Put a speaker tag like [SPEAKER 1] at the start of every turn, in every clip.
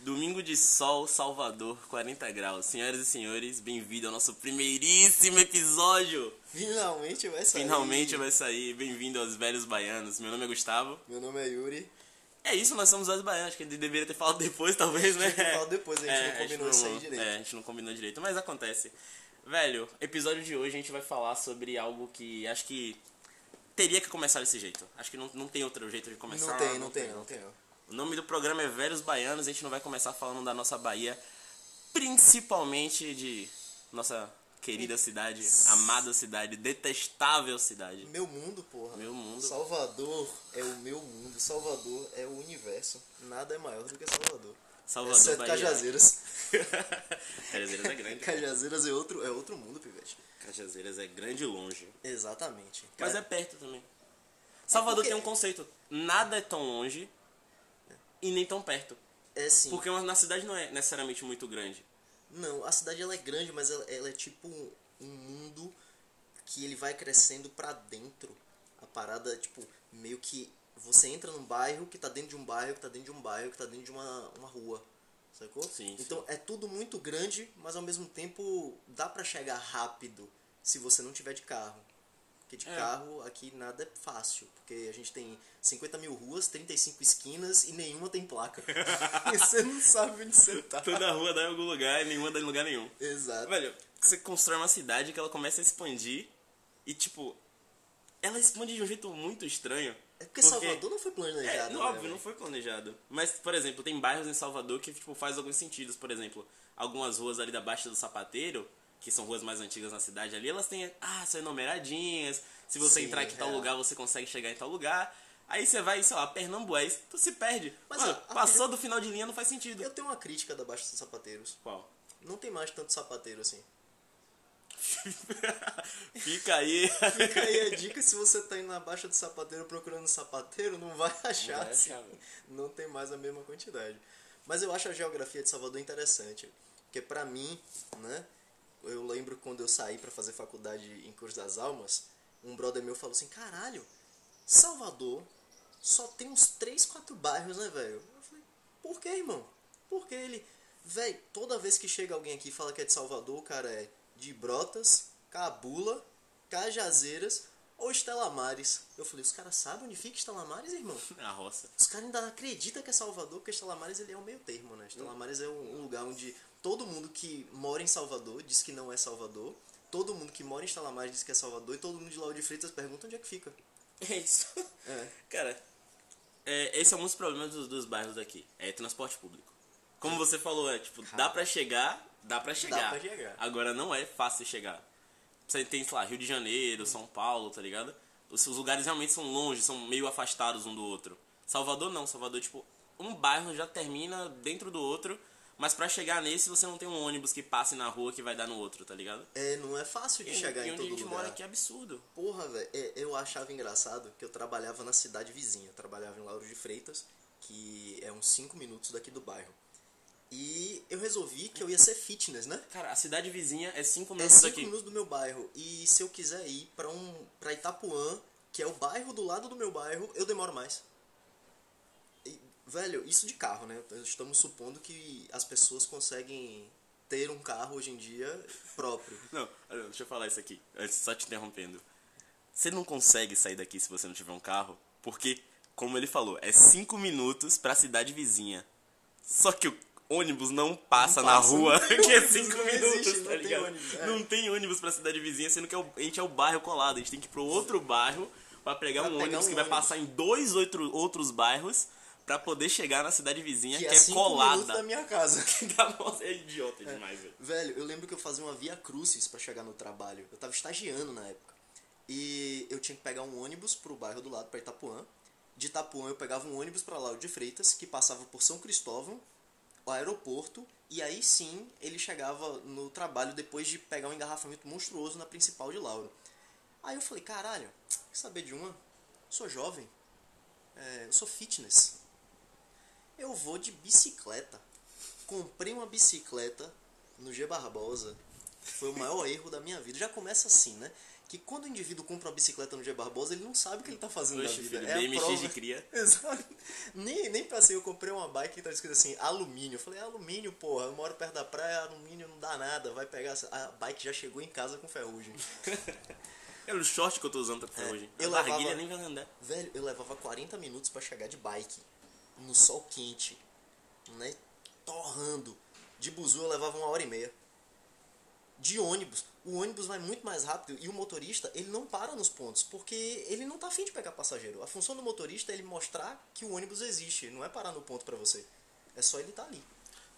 [SPEAKER 1] Domingo de Sol, Salvador, 40 graus. Senhoras e senhores, bem-vindo ao nosso primeiríssimo episódio.
[SPEAKER 2] Finalmente vai sair.
[SPEAKER 1] Finalmente vai sair. Bem-vindo aos velhos baianos. Meu nome é Gustavo.
[SPEAKER 2] Meu nome é Yuri.
[SPEAKER 1] É isso, nós somos os baianos. Acho que ele deveria ter falado depois, talvez, né?
[SPEAKER 2] ter falado depois, a gente não combinou isso aí direito.
[SPEAKER 1] É, a gente não combinou direito, mas acontece. Velho, episódio de hoje a gente vai falar sobre algo que acho que teria que começar desse jeito. Acho que não, não tem outro jeito de começar.
[SPEAKER 2] Não tem, não tem, não tem.
[SPEAKER 1] O nome do programa é Velhos Baianos. A gente não vai começar falando da nossa Bahia, principalmente de nossa querida cidade, amada cidade, detestável cidade.
[SPEAKER 2] Meu mundo, porra.
[SPEAKER 1] Meu mundo.
[SPEAKER 2] Salvador é o meu mundo. Salvador é o universo. Nada é maior do que Salvador.
[SPEAKER 1] Salvador,
[SPEAKER 2] Exceto
[SPEAKER 1] Bahia.
[SPEAKER 2] Cajazeiras.
[SPEAKER 1] Cajazeiras é grande.
[SPEAKER 2] Cajazeiras é outro, é outro mundo, pivete.
[SPEAKER 1] Cajazeiras é grande e longe.
[SPEAKER 2] Exatamente.
[SPEAKER 1] Mas é
[SPEAKER 2] Cara, É
[SPEAKER 1] perto também. Salvador
[SPEAKER 2] porque-
[SPEAKER 1] tem um conceito. Nada é tão longe e nem tão perto.
[SPEAKER 2] é sim.
[SPEAKER 1] Porque uma- na cidade não é necessariamente muito grande.
[SPEAKER 2] Não, a cidade ela é grande, mas ela, ela é tipo um, um mundo que ele vai crescendo pra dentro. A parada, tipo, meio que você entra num bairro que tá dentro de um bairro, que tá dentro de um bairro, que tá dentro de uma, uma rua. Sacou?
[SPEAKER 1] Sim, sim.
[SPEAKER 2] Então é tudo muito grande, mas ao mesmo tempo dá pra chegar rápido se você não tiver de carro. Porque de
[SPEAKER 1] É.
[SPEAKER 2] carro aqui nada é fácil. Porque a gente tem 50 mil ruas, 35 esquinas e nenhuma tem placa. você não sabe onde você tá.
[SPEAKER 1] Toda rua dá em algum lugar e nenhuma dá em lugar nenhum.
[SPEAKER 2] Exato.
[SPEAKER 1] Velho, você constrói uma cidade que ela começa a expandir e, tipo, ela expande de um jeito muito estranho.
[SPEAKER 2] É porque, Salvador não foi
[SPEAKER 1] É,
[SPEAKER 2] planejado.
[SPEAKER 1] não,
[SPEAKER 2] né,
[SPEAKER 1] óbvio,
[SPEAKER 2] velho?
[SPEAKER 1] não foi planejado. Mas, por exemplo, tem bairros em Salvador que tipo, faz alguns sentidos. Por exemplo, algumas ruas ali da Baixa do Sapateiro, que são ruas mais antigas na cidade ali, elas têm, ah, são enumeradinhas. Se você
[SPEAKER 2] Sim,
[SPEAKER 1] entrar em tal
[SPEAKER 2] real.
[SPEAKER 1] lugar, você consegue chegar em tal lugar. Aí você vai, sei lá, Pernambués, tu se perde.
[SPEAKER 2] Mas
[SPEAKER 1] Mano,
[SPEAKER 2] a- a
[SPEAKER 1] passou do final de linha, não faz sentido.
[SPEAKER 2] Eu tenho uma crítica da Baixa dos Sapateiros.
[SPEAKER 1] Qual?
[SPEAKER 2] Não tem mais tanto sapateiro assim.
[SPEAKER 1] Fica aí.
[SPEAKER 2] Fica aí a dica, se você tá indo na Baixa do Sapateiro procurando sapateiro, não vai achar.
[SPEAKER 1] vai
[SPEAKER 2] assim.
[SPEAKER 1] achar, velho.
[SPEAKER 2] não tem mais a mesma quantidade. Mas eu acho a geografia de Salvador interessante. Porque pra mim, né? Eu lembro quando eu saí pra fazer faculdade em Cruz das Almas, um brother meu falou assim, caralho, Salvador só tem uns 3, 4 bairros, né, velho? Eu falei, por que, irmão? Por que ele. Velho, toda vez que chega alguém aqui e fala que é de Salvador, o cara é de Brotas, Cabula, Cajazeiras ou Estelamares. Eu falei, os caras sabem onde fica Estelamares, irmão?
[SPEAKER 1] Na roça.
[SPEAKER 2] Os caras ainda acreditam que é Salvador, porque Estelamares ele é o meio termo, né? Estelamares é um um lugar onde todo mundo que mora em Salvador diz que não é Salvador, todo mundo que mora em Estelamares diz que é Salvador e todo mundo de Lauro de Freitas pergunta onde é que fica.
[SPEAKER 1] É isso.
[SPEAKER 2] É.
[SPEAKER 1] Cara, é, esse é um dos problemas dos, dos bairros daqui. É transporte público. Como você falou, é tipo, dá pra chegar, dá pra chegar.
[SPEAKER 2] pra chegar.
[SPEAKER 1] Agora não é fácil chegar. Você tem, sei lá, Rio de Janeiro, São Paulo, tá ligado? Os, os lugares realmente são longe, são meio afastados um do outro. Salvador não, Salvador, tipo, um bairro já termina dentro do outro, mas pra chegar nesse você não tem um ônibus que passe na rua que vai dar no outro, tá ligado?
[SPEAKER 2] É, não é fácil de chegar
[SPEAKER 1] e
[SPEAKER 2] em
[SPEAKER 1] onde a
[SPEAKER 2] todo
[SPEAKER 1] gente
[SPEAKER 2] lugar.
[SPEAKER 1] mora aqui é absurdo.
[SPEAKER 2] Porra, velho, é, eu achava engraçado que eu trabalhava na cidade vizinha. Eu trabalhava em Lauro de Freitas, que é uns 5 minutos daqui do bairro. E eu resolvi que eu ia ser fitness, né?
[SPEAKER 1] Cara, a cidade vizinha é 5
[SPEAKER 2] É
[SPEAKER 1] minutos
[SPEAKER 2] 5
[SPEAKER 1] daqui.
[SPEAKER 2] minutos do meu bairro. E se eu quiser ir pra, um, pra Itapuã, que é o bairro do lado do meu bairro, eu demoro mais. E, velho, isso de carro, né? Estamos supondo que as pessoas conseguem ter um carro hoje em dia próprio.
[SPEAKER 1] Não, olha, deixa eu falar isso aqui, antes, só te interrompendo. Você não consegue sair daqui se você não tiver um carro, porque, como ele falou, é 5 minutos pra cidade vizinha. Só que o ônibus não passa,
[SPEAKER 2] Não passa,
[SPEAKER 1] na rua,
[SPEAKER 2] não tem
[SPEAKER 1] que é
[SPEAKER 2] ônibus,
[SPEAKER 1] 5
[SPEAKER 2] não
[SPEAKER 1] minutos,
[SPEAKER 2] existe,
[SPEAKER 1] tá
[SPEAKER 2] não tem
[SPEAKER 1] ligado?
[SPEAKER 2] ônibus, é.
[SPEAKER 1] Não tem ônibus pra cidade vizinha, sendo que é o- a gente é o bairro colado, a gente tem que ir pro outro bairro pra pegar
[SPEAKER 2] Pra
[SPEAKER 1] um
[SPEAKER 2] pegar
[SPEAKER 1] ônibus
[SPEAKER 2] um
[SPEAKER 1] que vai
[SPEAKER 2] ônibus.
[SPEAKER 1] passar em dois outro- outros bairros pra poder chegar na cidade vizinha,
[SPEAKER 2] Que
[SPEAKER 1] que,
[SPEAKER 2] é
[SPEAKER 1] é
[SPEAKER 2] 5 minutos da
[SPEAKER 1] colada.
[SPEAKER 2] minha casa.
[SPEAKER 1] Nossa, é idiota demais, velho.
[SPEAKER 2] Velho, eu lembro que eu fazia uma via crucis pra chegar no trabalho. Eu tava estagiando na época. E eu tinha que pegar um ônibus pro bairro do lado, pra Itapuã. De Itapuã eu pegava um ônibus pra Lauro de Freitas, que passava por São Cristóvão, o aeroporto, e aí sim ele chegava no trabalho depois de pegar um engarrafamento monstruoso na principal de Lauro. Aí eu falei, caralho, quer saber de uma? Eu sou jovem, é, eu sou fitness, eu vou de bicicleta. Comprei uma bicicleta no G Barbosa. Foi o maior erro da minha vida. Já começa assim, né? que quando o indivíduo compra uma bicicleta no G Barbosa, ele não sabe o que ele tá fazendo
[SPEAKER 1] Oxe,
[SPEAKER 2] na vida.
[SPEAKER 1] filho,
[SPEAKER 2] é a
[SPEAKER 1] BMX
[SPEAKER 2] prova.
[SPEAKER 1] de cria.
[SPEAKER 2] Exato. Nem, nem passei, eu comprei uma bike que tá escrito assim, alumínio. Eu falei, alumínio, porra, eu moro perto da praia, alumínio não dá nada, vai pegar. essa- A bike já chegou em casa com ferrugem.
[SPEAKER 1] Era É o short que eu tô usando até hoje.
[SPEAKER 2] É, eu
[SPEAKER 1] a barguilha
[SPEAKER 2] lavava-
[SPEAKER 1] nem vai andar.
[SPEAKER 2] Velho, eu levava 40 minutos pra chegar de bike, no sol quente, né? Torrando. De buzu eu levava uma hora e meia. De ônibus, o ônibus vai muito mais rápido e o motorista, ele não para nos pontos, porque ele não tá afim de pegar passageiro. A função do motorista é ele mostrar que o ônibus existe, não é parar no ponto pra você. É só ele estar tá ali.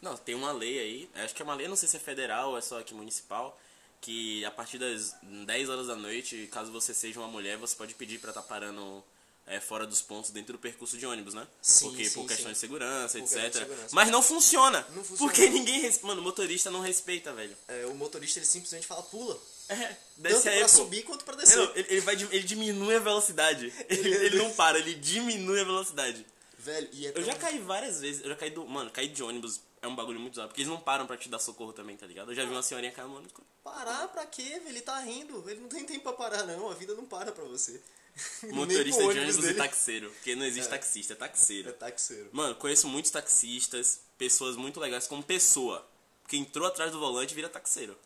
[SPEAKER 1] Não, tem uma lei aí, acho que é uma lei, não sei se é federal ou é só aqui municipal, que a partir das 10 horas da noite, caso você seja uma mulher, você pode pedir pra estar parando é, fora dos pontos dentro do percurso de ônibus, né?
[SPEAKER 2] Sim,
[SPEAKER 1] Porque
[SPEAKER 2] sim,
[SPEAKER 1] por questão
[SPEAKER 2] sim.
[SPEAKER 1] de segurança,
[SPEAKER 2] Por questão de
[SPEAKER 1] etc.
[SPEAKER 2] segurança.
[SPEAKER 1] Mas não funciona,
[SPEAKER 2] Não funciona.
[SPEAKER 1] Porque ninguém, res- mano, o motorista não respeita, velho.
[SPEAKER 2] É, o motorista ele simplesmente fala, pula.
[SPEAKER 1] É,
[SPEAKER 2] Tanto
[SPEAKER 1] desce aí,
[SPEAKER 2] pra
[SPEAKER 1] pô.
[SPEAKER 2] subir assim. quanto pra descer.
[SPEAKER 1] Não, ele, ele vai, di- ele diminui a velocidade. Ele, ele não para, ele diminui a velocidade.
[SPEAKER 2] Velho, e é
[SPEAKER 1] Eu já
[SPEAKER 2] tão-
[SPEAKER 1] caí várias vezes. Eu já caí do. Mano, cair de ônibus é um bagulho muito zoado. Porque eles não param pra te dar socorro também, tá ligado? Eu já vi uma senhorinha caindo no ônibus.
[SPEAKER 2] Parar pra quê, velho? Ele tá rindo. Ele não tem tempo pra parar, não. A vida não para pra você. Nem com o
[SPEAKER 1] Motorista de ônibus
[SPEAKER 2] dele.
[SPEAKER 1] e taxeiro. Porque não existe
[SPEAKER 2] É.
[SPEAKER 1] taxista, é
[SPEAKER 2] É
[SPEAKER 1] taxeiro.
[SPEAKER 2] taxeiro.
[SPEAKER 1] Mano, conheço muitos taxistas, pessoas muito legais como pessoa. Porque entrou atrás do volante vira taxeiro.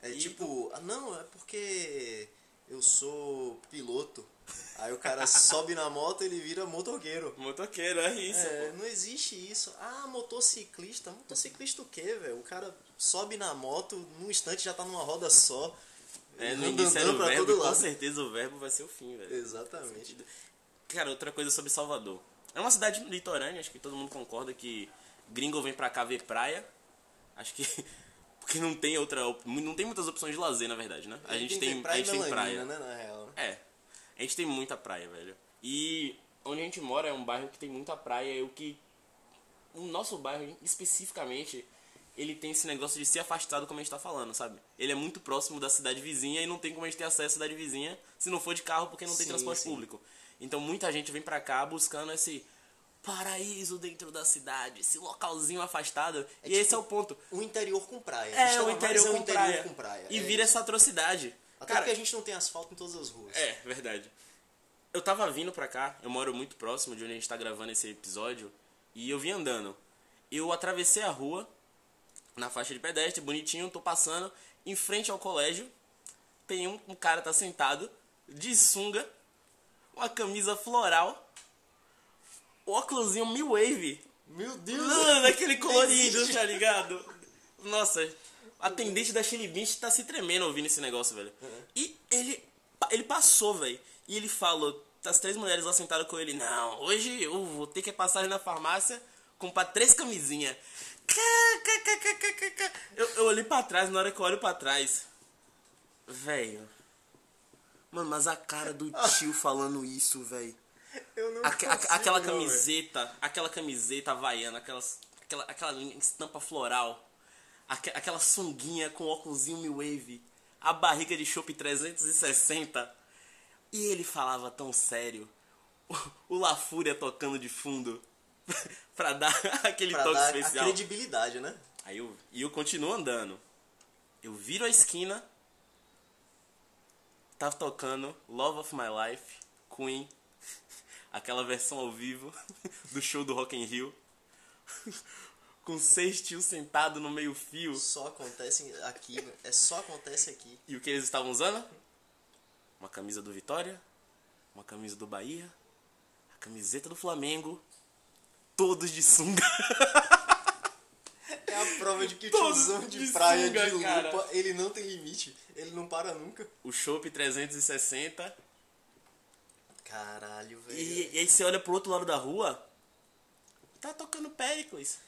[SPEAKER 2] É
[SPEAKER 1] E-
[SPEAKER 2] tipo, ah, não, é porque eu sou piloto. Aí o cara sobe na moto ele vira motoqueiro.
[SPEAKER 1] Motoqueiro, é isso.
[SPEAKER 2] É, não existe isso. Ah, motociclista. Motociclista o quê, velho? O cara sobe na moto, num instante já tá numa roda só.
[SPEAKER 1] É, no
[SPEAKER 2] andando
[SPEAKER 1] início era o
[SPEAKER 2] pra
[SPEAKER 1] verbo,
[SPEAKER 2] todo
[SPEAKER 1] com
[SPEAKER 2] lado.
[SPEAKER 1] certeza o verbo vai ser o fim, velho.
[SPEAKER 2] Exatamente.
[SPEAKER 1] Cara, outra coisa sobre Salvador. É uma cidade litorânea, acho que todo mundo concorda que gringo vem pra cá ver praia. Acho que porque não tem outra, op- não tem muitas opções de lazer, na verdade, né? A gente tem, a
[SPEAKER 2] praia
[SPEAKER 1] gente tem
[SPEAKER 2] e
[SPEAKER 1] praia.
[SPEAKER 2] melanina, né, na real.
[SPEAKER 1] É. A gente tem muita praia, velho. E onde a gente mora é um bairro que tem muita praia e o que o nosso bairro especificamente ele tem esse negócio de ser afastado como a gente tá falando, sabe? Ele é muito próximo da cidade vizinha e não tem como a gente ter acesso à cidade vizinha se não for de carro porque não tem
[SPEAKER 2] Sim,
[SPEAKER 1] transporte
[SPEAKER 2] sim.
[SPEAKER 1] público. Então muita gente vem pra cá buscando esse paraíso dentro da cidade, esse localzinho afastado. e
[SPEAKER 2] tipo-
[SPEAKER 1] esse é o ponto.
[SPEAKER 2] O interior com praia. A gente
[SPEAKER 1] É,
[SPEAKER 2] tava
[SPEAKER 1] o
[SPEAKER 2] mais
[SPEAKER 1] interior,
[SPEAKER 2] é
[SPEAKER 1] com, praia. E
[SPEAKER 2] É
[SPEAKER 1] vira
[SPEAKER 2] isso.
[SPEAKER 1] essa atrocidade.
[SPEAKER 2] Até
[SPEAKER 1] Cara,
[SPEAKER 2] porque a gente não tem asfalto em todas as ruas.
[SPEAKER 1] é, verdade. Eu tava vindo pra cá, eu moro muito próximo de onde a gente tá gravando esse episódio, e eu vim andando. Eu atravessei a rua, na faixa de pedestre, bonitinho, tô passando, em frente ao colégio, tem um, um cara tá sentado, de sunga, uma camisa floral, óculosinho New Wave,
[SPEAKER 2] Meu
[SPEAKER 1] Mano, Ah, daquele colorido,
[SPEAKER 2] Existe.
[SPEAKER 1] tá ligado? Nossa, a atendente da Chili Beach tá se tremendo ouvindo esse negócio, velho. E ele, pa- ele passou, velho. E ele falou, as três mulheres lá sentadas com ele, não, hoje eu vou ter que passar ali na farmácia comprar três camisinhas. Eu, eu olhei pra trás, na hora que eu olho pra trás. Velho. Mano, mas a cara do tio falando isso, velho.
[SPEAKER 2] Eu não
[SPEAKER 1] Aque- aque-
[SPEAKER 2] consigo,
[SPEAKER 1] aquela
[SPEAKER 2] não,
[SPEAKER 1] camiseta, aquela camiseta havaiana, aquelas, aquela, aquela linha- estampa floral, aque- aquela sunguinha com óculosinho New Wave, a barriga de chopp 360. E ele falava tão sério. O, o La Fúria tocando de fundo pra dar aquele
[SPEAKER 2] velho. Pra
[SPEAKER 1] toque
[SPEAKER 2] dar
[SPEAKER 1] especial.
[SPEAKER 2] a credibilidade, né?
[SPEAKER 1] Aí eu, e eu continuo andando. Eu viro a esquina. Tava tocando Love of My Life, Queen. Aquela versão ao vivo do show do Rock in Rio. Com seis tios sentados no meio fio.
[SPEAKER 2] Só acontece aqui, velho. é só acontece aqui.
[SPEAKER 1] E o que eles estavam usando? Uma camisa do Vitória, uma camisa do Bahia, a camiseta do Flamengo. Todos de sunga.
[SPEAKER 2] É a prova de que o
[SPEAKER 1] Todos
[SPEAKER 2] tiozão de
[SPEAKER 1] de
[SPEAKER 2] praia
[SPEAKER 1] sunga,
[SPEAKER 2] de lupa,
[SPEAKER 1] cara.
[SPEAKER 2] ele não tem limite. Ele não para nunca.
[SPEAKER 1] O Chopp 360
[SPEAKER 2] Caralho, velho.
[SPEAKER 1] E, e aí você olha pro outro lado da rua, tá tocando Péricles.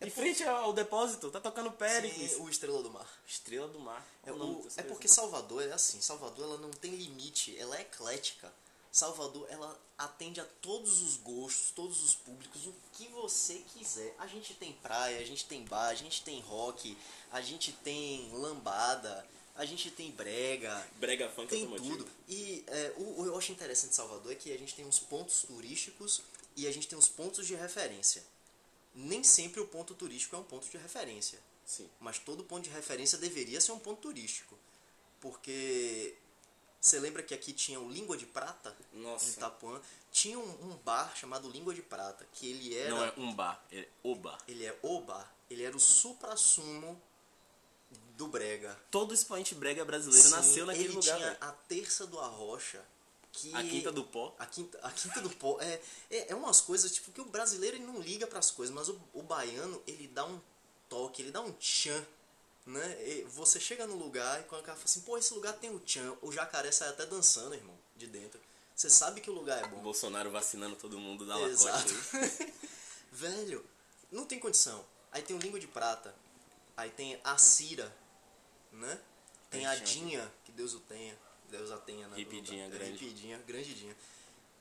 [SPEAKER 1] Em frente ao ao depósito, tá tocando Péricles.
[SPEAKER 2] É Sim, o Estrela do Mar.
[SPEAKER 1] Estrela do Mar.
[SPEAKER 2] É,
[SPEAKER 1] o
[SPEAKER 2] o-
[SPEAKER 1] nome né? dessa
[SPEAKER 2] é
[SPEAKER 1] coisa.
[SPEAKER 2] porque Salvador é assim, Salvador ela não tem limite, ela é eclética. Salvador ela atende a todos os gostos, todos os públicos, o que você quiser. A gente tem praia, a gente tem bar, a gente tem rock, a gente tem lambada, a gente tem brega,
[SPEAKER 1] Brega funk
[SPEAKER 2] tem
[SPEAKER 1] automotivo.
[SPEAKER 2] tudo. E é, o, o eu acho interessante de Salvador é que a gente tem uns pontos turísticos e a gente tem uns pontos de referência. Nem sempre o ponto turístico é um ponto de referência
[SPEAKER 1] Sim.
[SPEAKER 2] mas todo ponto de referência deveria ser um ponto turístico. Porque você lembra que aqui tinha o Língua de Prata? Em
[SPEAKER 1] Nossa.
[SPEAKER 2] Itapuã. Tinha um, um bar chamado Língua de Prata, que ele era.
[SPEAKER 1] Não é um bar, é o bar.
[SPEAKER 2] Ele é o bar. Ele era o supra-sumo do Brega.
[SPEAKER 1] Todo expoente brega brasileiro
[SPEAKER 2] Sim,
[SPEAKER 1] nasceu naquele
[SPEAKER 2] ele
[SPEAKER 1] lugar.
[SPEAKER 2] tinha
[SPEAKER 1] velho.
[SPEAKER 2] a terça do Arrocha. Que
[SPEAKER 1] A quinta do pó.
[SPEAKER 2] A quinta, a quinta do pó. É, é, é umas coisas, tipo, que o brasileiro ele não liga pras coisas, mas o, o baiano, ele dá um toque, ele dá um tchan, né? E você chega no lugar e quando o cara fala assim, pô, esse lugar tem o tchan, o jacaré sai até dançando, irmão, de dentro. Você sabe que o lugar é
[SPEAKER 1] O
[SPEAKER 2] bom.
[SPEAKER 1] Bolsonaro vacinando todo mundo da lacoste.
[SPEAKER 2] Exato.
[SPEAKER 1] aí.
[SPEAKER 2] Velho, não tem condição. Aí tem o Língua de Prata, aí tem a Cira, né? Tem a
[SPEAKER 1] Ai, gente.
[SPEAKER 2] Dinha, que Deus o tenha. Deus a tenha, né?
[SPEAKER 1] Ripidinha,
[SPEAKER 2] É,
[SPEAKER 1] grande.
[SPEAKER 2] Ripidinha, grande Dinha.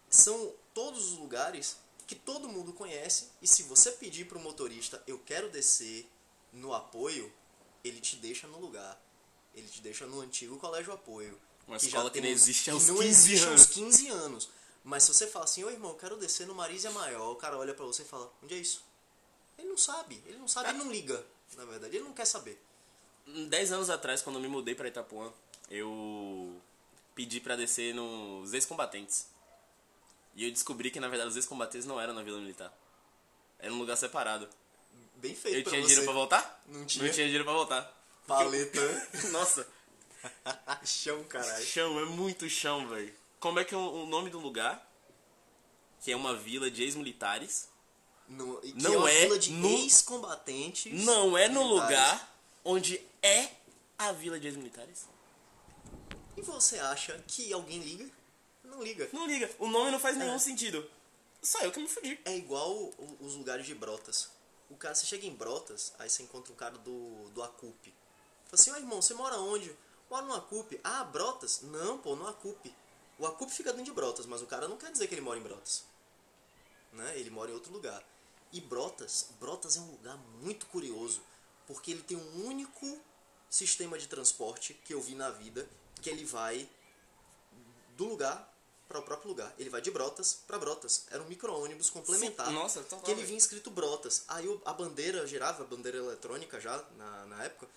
[SPEAKER 2] São todos os lugares que todo mundo conhece e se você pedir pro motorista, eu quero descer no apoio, ele te deixa no lugar. Ele te deixa no antigo colégio apoio.
[SPEAKER 1] Uma escola que
[SPEAKER 2] tem
[SPEAKER 1] não
[SPEAKER 2] uns-
[SPEAKER 1] existe
[SPEAKER 2] que
[SPEAKER 1] aos
[SPEAKER 2] não
[SPEAKER 1] 15
[SPEAKER 2] existe aos
[SPEAKER 1] anos.
[SPEAKER 2] 15 anos. Mas se você fala assim, ô irmão, eu quero descer no Marísia Maior, o cara olha pra você e fala, onde é isso? Ele não sabe, ele não sabe, ele não liga, na verdade, ele não quer saber.
[SPEAKER 1] Dez anos atrás, quando eu me mudei pra Itapuã, eu pedi pra descer nos ex-combatentes. E eu descobri que, na verdade, os ex-combatentes não eram na Vila Militar. Era um lugar separado.
[SPEAKER 2] Bem feito
[SPEAKER 1] Eu
[SPEAKER 2] pra
[SPEAKER 1] tinha
[SPEAKER 2] você.
[SPEAKER 1] dinheiro pra voltar?
[SPEAKER 2] Não tinha.
[SPEAKER 1] Não tinha dinheiro pra voltar.
[SPEAKER 2] Paleta.
[SPEAKER 1] Nossa,
[SPEAKER 2] Chão, caralho.
[SPEAKER 1] chão, é muito chão, velho. Como é que é o o nome do lugar? Que é uma vila de ex-militares.
[SPEAKER 2] Não, e que
[SPEAKER 1] Não
[SPEAKER 2] é, uma
[SPEAKER 1] é
[SPEAKER 2] vila de
[SPEAKER 1] no-
[SPEAKER 2] ex-combatentes.
[SPEAKER 1] Não é no
[SPEAKER 2] militares.
[SPEAKER 1] lugar onde é a vila de ex-militares.
[SPEAKER 2] E você acha que alguém liga? Não liga.
[SPEAKER 1] Não liga, o nome não faz nenhum
[SPEAKER 2] É.
[SPEAKER 1] sentido. Só eu que me fudi.
[SPEAKER 2] É igual o- os lugares de Brotas. O cara, você chega em Brotas, aí você encontra um cara do, do Acup. Fala assim, ó irmão, você mora onde? Moro no Acup. Ah, Brotas? Não, pô, no Acup. O Acup fica dentro de Brotas, mas o cara não quer dizer que ele mora em Brotas. Né? Ele mora em outro lugar. E Brotas, Brotas é um lugar muito curioso, porque ele tem um único sistema de transporte que eu vi na vida, que ele vai do lugar para o próprio lugar. Ele vai de Brotas para Brotas. Era um micro-ônibus complementar.
[SPEAKER 1] Sim, nossa,
[SPEAKER 2] que
[SPEAKER 1] totalmente.
[SPEAKER 2] ele vinha escrito Brotas. Aí o- a bandeira girava, a bandeira eletrônica já na, na época.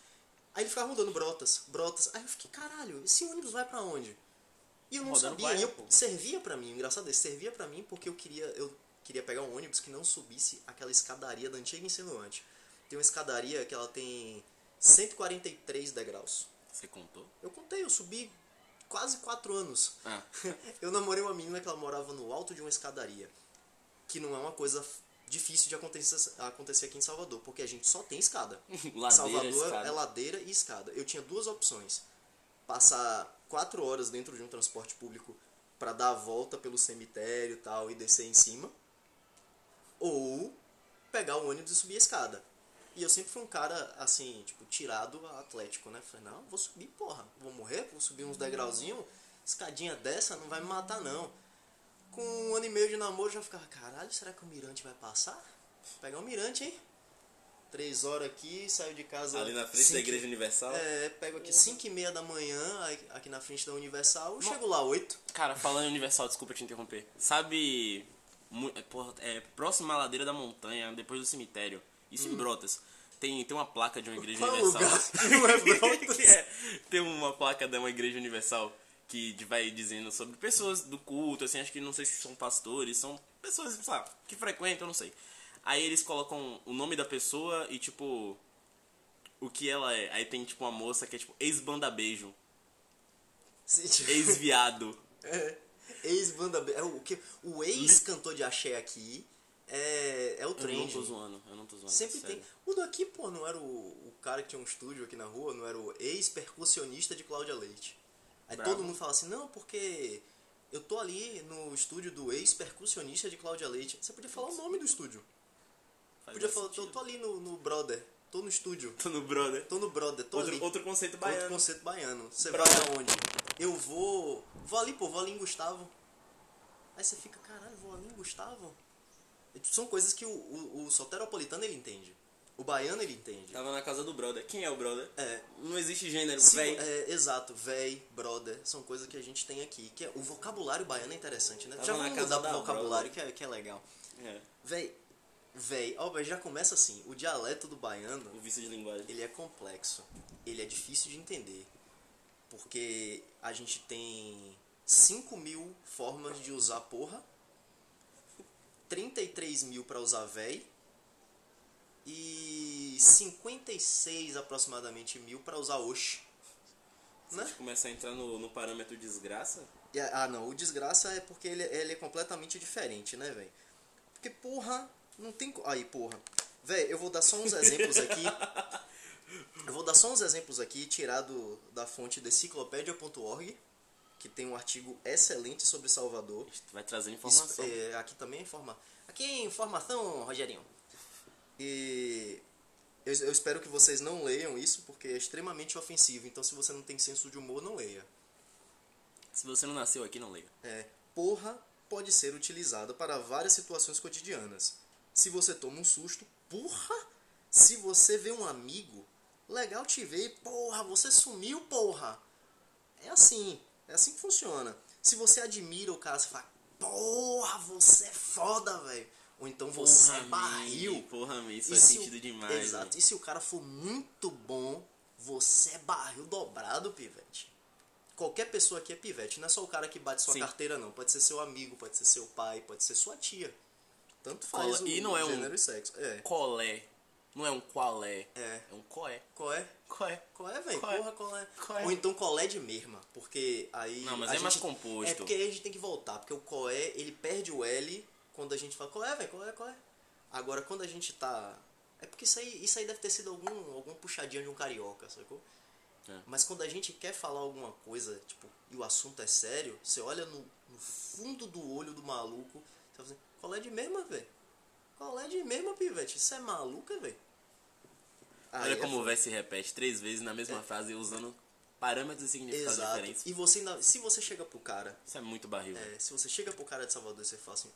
[SPEAKER 2] Aí ele ficava rodando Brotas, Brotas. Aí eu fiquei, caralho, esse ônibus vai para onde? E eu não
[SPEAKER 1] Rodando
[SPEAKER 2] sabia.
[SPEAKER 1] bairro,
[SPEAKER 2] e eu-
[SPEAKER 1] pô.
[SPEAKER 2] servia para mim, engraçado isso, servia para mim porque eu queria eu queria pegar um ônibus que não subisse aquela escadaria da antiga insinuante. Tem uma escadaria que ela tem 143 degraus.
[SPEAKER 1] Você contou?
[SPEAKER 2] Eu contei, eu subi quase 4 anos.
[SPEAKER 1] Ah.
[SPEAKER 2] eu namorei uma menina que ela morava no alto de uma escadaria, que não é uma coisa f- difícil de acontecer, acontecer aqui em Salvador, porque a gente só tem escada.
[SPEAKER 1] Ladeira,
[SPEAKER 2] Salvador
[SPEAKER 1] escada.
[SPEAKER 2] é ladeira e escada. Eu tinha duas opções: passar 4 horas dentro de um transporte público para dar a volta pelo cemitério e tal e descer em cima, ou pegar o ônibus e subir a escada. E eu sempre fui um cara, assim, tipo, tirado a atlético, né? Falei, não, vou subir, porra. Vou morrer, vou subir uns degrauzinhos. Escadinha dessa não vai me matar, não. Com um ano e meio de namoro, eu já ficava, caralho, será que o mirante vai passar? Vou pegar o mirante, hein? Três horas aqui, saio de casa...
[SPEAKER 1] Ali na frente da
[SPEAKER 2] cinco-
[SPEAKER 1] Igreja Universal.
[SPEAKER 2] É, pego aqui cinco e meia da manhã, aí- aqui na frente da Universal. Chego lá oito.
[SPEAKER 1] Cara, falando em Universal, desculpa te interromper. Sabe. mu- é, porra, é, próximo à ladeira da montanha, depois do cemitério. Isso em Brotas. Tem, tem uma placa de uma igreja
[SPEAKER 2] Hum. Qual
[SPEAKER 1] universal.
[SPEAKER 2] lugar que não é Brotas?
[SPEAKER 1] Que é, tem uma placa de uma igreja universal que de- vai dizendo sobre pessoas do culto, assim, acho que não sei se são pastores, são pessoas, sei lá, que frequentam, não sei. Aí eles colocam o nome da pessoa e tipo. O que ela é. Aí tem tipo uma moça que é tipo ex-banda beijo, ex-viado.
[SPEAKER 2] É. Ex-banda B. É o que? O ex-cantor de axé aqui é, é
[SPEAKER 1] Eu
[SPEAKER 2] o
[SPEAKER 1] não
[SPEAKER 2] trend.
[SPEAKER 1] tô zoando, eu não tô zoando.
[SPEAKER 2] Sempre
[SPEAKER 1] sério.
[SPEAKER 2] tem. O daqui, pô, não era o, o cara que tinha um estúdio aqui na rua, não era o ex-percussionista de Cláudia Leite. Aí
[SPEAKER 1] Bravo.
[SPEAKER 2] todo mundo fala assim, não, porque eu tô ali no estúdio do ex-percussionista de Cláudia Leite. Você podia falar o nome do estúdio.
[SPEAKER 1] Faz
[SPEAKER 2] Podia
[SPEAKER 1] mais
[SPEAKER 2] falar, eu
[SPEAKER 1] É sentido.
[SPEAKER 2] tô ali no, no brother, tô no estúdio,
[SPEAKER 1] Tô no brother.
[SPEAKER 2] tô no brother, tô ali.
[SPEAKER 1] Outro, outro conceito baiano.
[SPEAKER 2] Outro conceito baiano. Você vai
[SPEAKER 1] Brother.
[SPEAKER 2] aonde? Eu vou. Vou ali, pô, vou ali em Gustavo. Aí você fica, caralho, vou ali em Gustavo? E tipo, São coisas que o, o, o soteropolitano ele entende. O baiano ele entende.
[SPEAKER 1] Tava na casa do brother. Quem é o brother?
[SPEAKER 2] É.
[SPEAKER 1] Não existe gênero,
[SPEAKER 2] Sim,
[SPEAKER 1] véi.
[SPEAKER 2] é, exato, véi, brother, são coisas que a gente tem aqui. Que é- o vocabulário baiano é interessante, né?
[SPEAKER 1] Tava
[SPEAKER 2] Já
[SPEAKER 1] na
[SPEAKER 2] vamos
[SPEAKER 1] casa
[SPEAKER 2] mudar pro
[SPEAKER 1] da né?
[SPEAKER 2] vocabulário, que é, que é legal.
[SPEAKER 1] É.
[SPEAKER 2] Véi, véi, ó, véi, já começa assim. O dialeto do baiano,
[SPEAKER 1] O vício de linguagem.
[SPEAKER 2] ele é complexo, ele é difícil de entender. Porque a gente tem 5 mil formas de usar porra, 33 mil pra usar véi, e 56 aproximadamente mil pra usar oxe.
[SPEAKER 1] Se a
[SPEAKER 2] Né?
[SPEAKER 1] gente começar a entrar no, no parâmetro desgraça,
[SPEAKER 2] E a- Ah, não. O desgraça é porque ele, ele é completamente diferente, né, velho? Porque, porra, não tem. co- Aí, porra. Véi, eu vou dar só uns exemplos aqui. Eu vou dar só uns exemplos aqui, tirado da fonte da enciclopédia.org, que tem um artigo excelente sobre Salvador.
[SPEAKER 1] a gente vai trazendo
[SPEAKER 2] Isso,
[SPEAKER 1] informação.
[SPEAKER 2] é, aqui também é informa. Aqui é informação, Rogerinho. E eu, eu espero que vocês não leiam isso, porque é extremamente ofensivo. Então, se você não tem senso de humor, não leia.
[SPEAKER 1] Se você não nasceu aqui, não liga.
[SPEAKER 2] É, porra pode ser utilizada para várias situações cotidianas. Se você toma um susto, porra! Se você vê um amigo, legal te ver, porra, você sumiu, porra! É assim, é assim que funciona. Se você admira o cara, você fala, porra, você é foda, velho! Ou então você é
[SPEAKER 1] Mi,
[SPEAKER 2] barril.
[SPEAKER 1] Porra, Mi, isso
[SPEAKER 2] E
[SPEAKER 1] faz
[SPEAKER 2] se o-
[SPEAKER 1] sentido demais. né?
[SPEAKER 2] Exato.
[SPEAKER 1] Exato.
[SPEAKER 2] E se o cara for muito bom, você é barril dobrado, pivete. Qualquer pessoa aqui é pivete, não é só o cara que bate sua
[SPEAKER 1] Sim.
[SPEAKER 2] carteira, não. Pode ser seu amigo, pode ser seu pai, pode ser sua tia. Tanto faz
[SPEAKER 1] Cola-
[SPEAKER 2] o
[SPEAKER 1] e não é um-
[SPEAKER 2] gênero e sexo. É.
[SPEAKER 1] Colé. Não é um qualé.
[SPEAKER 2] É.
[SPEAKER 1] É um coé.
[SPEAKER 2] Qual é?
[SPEAKER 1] Coé.
[SPEAKER 2] Qual é, velho?
[SPEAKER 1] Qual é?
[SPEAKER 2] Porra, qual é?
[SPEAKER 1] Qual é?
[SPEAKER 2] Ou então colé de merma, porque aí...
[SPEAKER 1] Não, mas
[SPEAKER 2] a
[SPEAKER 1] é mais
[SPEAKER 2] gente-
[SPEAKER 1] composto.
[SPEAKER 2] É porque aí a gente tem que voltar, porque o coé, ele perde o L quando a gente fala qual é, velho, qual é, qual é. Agora, quando a gente tá... É porque isso aí, isso aí deve ter sido algum, algum puxadinho de um carioca, sacou?
[SPEAKER 1] É.
[SPEAKER 2] Mas quando a gente quer falar alguma coisa, tipo, e o assunto é sério, você olha no, no fundo do olho do maluco, você fala assim, qual é de merma, velho? Qual é de merma, pivete? Isso é maluca, velho? Aí
[SPEAKER 1] Olha
[SPEAKER 2] é
[SPEAKER 1] como o véi se repete três vezes na mesma frase, usando parâmetros e significados
[SPEAKER 2] Exato.
[SPEAKER 1] diferentes.
[SPEAKER 2] E você ainda, se você chega pro cara,
[SPEAKER 1] Isso é muito barril. velho.
[SPEAKER 2] é, se você chega pro cara de Salvador e você fala assim,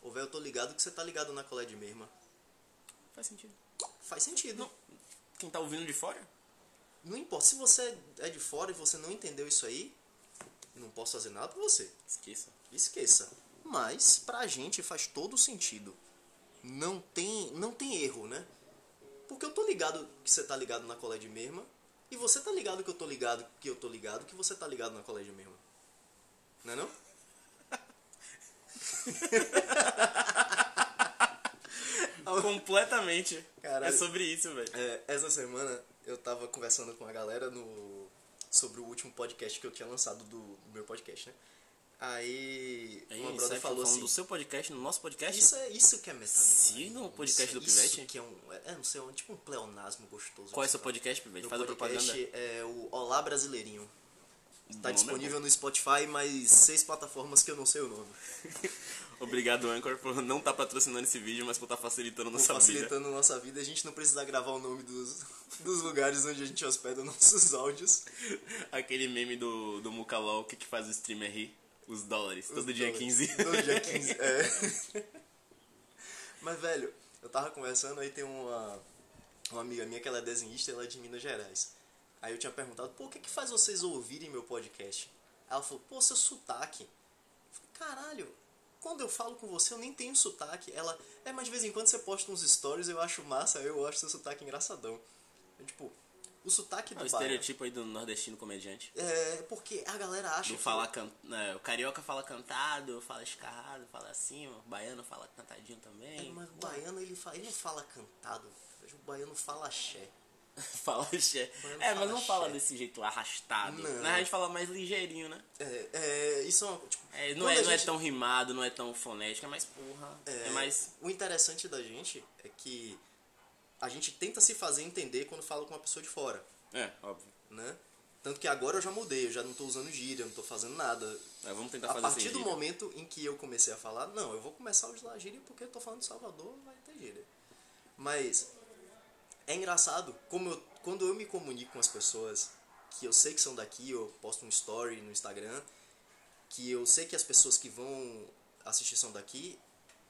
[SPEAKER 2] ô velho, eu tô ligado que você tá ligado na colé de mesma.
[SPEAKER 1] Faz sentido.
[SPEAKER 2] Faz sentido. Não.
[SPEAKER 1] Não. Quem tá ouvindo de fora?
[SPEAKER 2] importa. Se você é de fora e você não entendeu isso aí, eu não posso fazer nada pra você.
[SPEAKER 1] Esqueça.
[SPEAKER 2] Esqueça. Mas pra gente faz todo sentido. Não tem, não tem erro, né? Porque eu tô ligado que você tá ligado na colé de mesma. E você tá ligado que eu tô ligado que eu tô ligado que você tá ligado na colé de mesma. Não é não?
[SPEAKER 1] Completamente.
[SPEAKER 2] Caralho.
[SPEAKER 1] É sobre isso, velho.
[SPEAKER 2] É, essa semana eu tava conversando com a galera no sobre o último podcast que eu tinha lançado do, do meu podcast, né? Aí
[SPEAKER 1] É
[SPEAKER 2] uma
[SPEAKER 1] isso,
[SPEAKER 2] brother
[SPEAKER 1] é
[SPEAKER 2] falou
[SPEAKER 1] falando
[SPEAKER 2] assim,
[SPEAKER 1] do seu podcast, no nosso podcast.
[SPEAKER 2] isso é isso que é metalinguagem.
[SPEAKER 1] Siga o podcast
[SPEAKER 2] isso,
[SPEAKER 1] do Pivete.
[SPEAKER 2] Isso que é um, é, não sei, é um, tipo um pleonasmo gostoso.
[SPEAKER 1] Qual é seu
[SPEAKER 2] Sabe?
[SPEAKER 1] podcast, Pivete?
[SPEAKER 2] Meu
[SPEAKER 1] Faz a propaganda.
[SPEAKER 2] podcast é o Olá Brasileirinho. Tá
[SPEAKER 1] Bom, né?
[SPEAKER 2] disponível no Spotify, mas seis plataformas que eu não sei o nome.
[SPEAKER 1] Obrigado, Anchor, por não estar patrocinando esse vídeo, mas por estar facilitando
[SPEAKER 2] Por
[SPEAKER 1] nossa vida.
[SPEAKER 2] facilitando nossa vida, a gente não precisa gravar o nome dos, dos lugares onde a gente hospeda nossos áudios.
[SPEAKER 1] Aquele meme do, do Mukalau, o que, que faz o streamer rir? Os dólares.
[SPEAKER 2] Os
[SPEAKER 1] Todo dia é
[SPEAKER 2] dólares.
[SPEAKER 1] 15.
[SPEAKER 2] Todo dia 15, é. Mas, velho, eu tava conversando, aí tem uma, uma amiga minha que ela é desenhista, ela é de Minas Gerais. Aí eu tinha perguntado, pô, o que que faz vocês ouvirem meu podcast? Ela falou, pô, seu sotaque. Eu falei, caralho, quando eu falo com você eu nem tenho sotaque. Ela, é, mas de vez em quando você posta uns stories, eu acho massa, eu acho seu sotaque engraçadão. Eu, tipo, o sotaque
[SPEAKER 1] É o
[SPEAKER 2] do Bahia...
[SPEAKER 1] estereotipo aí do nordestino comediante.
[SPEAKER 2] É, porque a galera acha
[SPEAKER 1] Do
[SPEAKER 2] que-
[SPEAKER 1] Tipo, fala can... né, o carioca fala cantado, fala escarrado, fala assim, o baiano fala cantadinho
[SPEAKER 2] É,
[SPEAKER 1] também.
[SPEAKER 2] mas o baiano ele, fa- ele não fala cantado. O baiano fala axé.
[SPEAKER 1] Fala axé.
[SPEAKER 2] Baiano
[SPEAKER 1] É,
[SPEAKER 2] fala
[SPEAKER 1] mas não fala
[SPEAKER 2] axé.
[SPEAKER 1] desse jeito arrastado.
[SPEAKER 2] Não.
[SPEAKER 1] Na real, a gente fala mais ligeirinho, né?
[SPEAKER 2] É, é, isso é uma. Tipo,
[SPEAKER 1] É, não
[SPEAKER 2] quando
[SPEAKER 1] é,
[SPEAKER 2] a
[SPEAKER 1] não é
[SPEAKER 2] gente-
[SPEAKER 1] tão rimado, não é tão fonético, é mais porra. É, mais.
[SPEAKER 2] O interessante da gente é que a gente tenta se fazer entender quando fala com uma pessoa de fora,
[SPEAKER 1] É, óbvio.
[SPEAKER 2] né? Tanto que agora eu já mudei, eu já não tô usando gíria, não tô fazendo nada.
[SPEAKER 1] Mas É, vamos tentar
[SPEAKER 2] A
[SPEAKER 1] fazer
[SPEAKER 2] partir
[SPEAKER 1] sem
[SPEAKER 2] do
[SPEAKER 1] gíria.
[SPEAKER 2] momento em que eu comecei a falar, não, eu vou começar a usar gíria porque eu tô falando de Salvador, vai ter gíria. Mas é engraçado como eu- quando eu me comunico com as pessoas que eu sei que são daqui, eu posto um story no Instagram, que eu sei que as pessoas que vão assistir são daqui,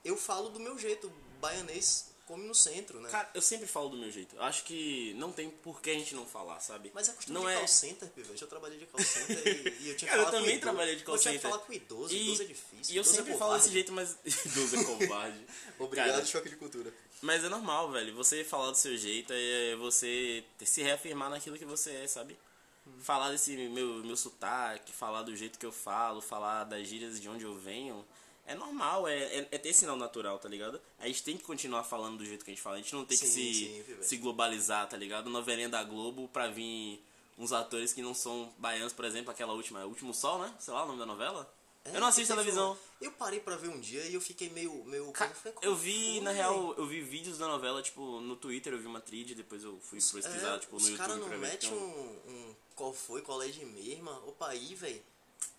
[SPEAKER 2] eu falo do meu jeito, baianês come no centro, né?
[SPEAKER 1] Cara, eu sempre falo do meu jeito. Eu acho que não tem por que a gente não falar, sabe?
[SPEAKER 2] Mas é costume
[SPEAKER 1] não
[SPEAKER 2] de
[SPEAKER 1] é
[SPEAKER 2] call center, pivete. Eu trabalhei de call center e, e eu tinha
[SPEAKER 1] Cara, eu
[SPEAKER 2] que falar com
[SPEAKER 1] também
[SPEAKER 2] idoso.
[SPEAKER 1] trabalhei de call
[SPEAKER 2] Eu tinha que
[SPEAKER 1] center.
[SPEAKER 2] falar com idoso, idoso é difícil.
[SPEAKER 1] E eu
[SPEAKER 2] idoso é
[SPEAKER 1] sempre falo desse
[SPEAKER 2] covarde.
[SPEAKER 1] jeito, mas. Idoso é covarde.
[SPEAKER 2] Obrigado,
[SPEAKER 1] Cara,
[SPEAKER 2] choque de cultura.
[SPEAKER 1] mas é normal, velho. Você falar do seu jeito é você se reafirmar naquilo que você é, sabe?
[SPEAKER 2] Uhum.
[SPEAKER 1] Falar desse meu, meu sotaque, falar do jeito que eu falo, falar das gírias de onde eu venho, é normal, é, é, é ter sinal natural, tá ligado? A gente tem que continuar falando do jeito que a gente fala, a gente não tem que
[SPEAKER 2] Sim,
[SPEAKER 1] se,
[SPEAKER 2] sim, viver.
[SPEAKER 1] se globalizar, tá ligado? Novelinha da Globo pra vir uns atores que não são baianos, por exemplo, aquela última, Último Sol, né? Sei lá o nome da novela. eu não assisto
[SPEAKER 2] Teve
[SPEAKER 1] televisão.
[SPEAKER 2] uma- Eu parei pra ver um dia e eu fiquei meio. meio
[SPEAKER 1] Ca-
[SPEAKER 2] falei, "Qual
[SPEAKER 1] Eu vi,
[SPEAKER 2] foi?"
[SPEAKER 1] na real, eu vi vídeos da novela, tipo, no Twitter eu vi uma trilha, depois eu fui pesquisar,
[SPEAKER 2] É,
[SPEAKER 1] tipo,
[SPEAKER 2] os
[SPEAKER 1] no
[SPEAKER 2] caras
[SPEAKER 1] YouTube
[SPEAKER 2] não
[SPEAKER 1] pra ver.
[SPEAKER 2] metem
[SPEAKER 1] então-
[SPEAKER 2] um, um qual foi, qual é de mesma, Opaí, velho.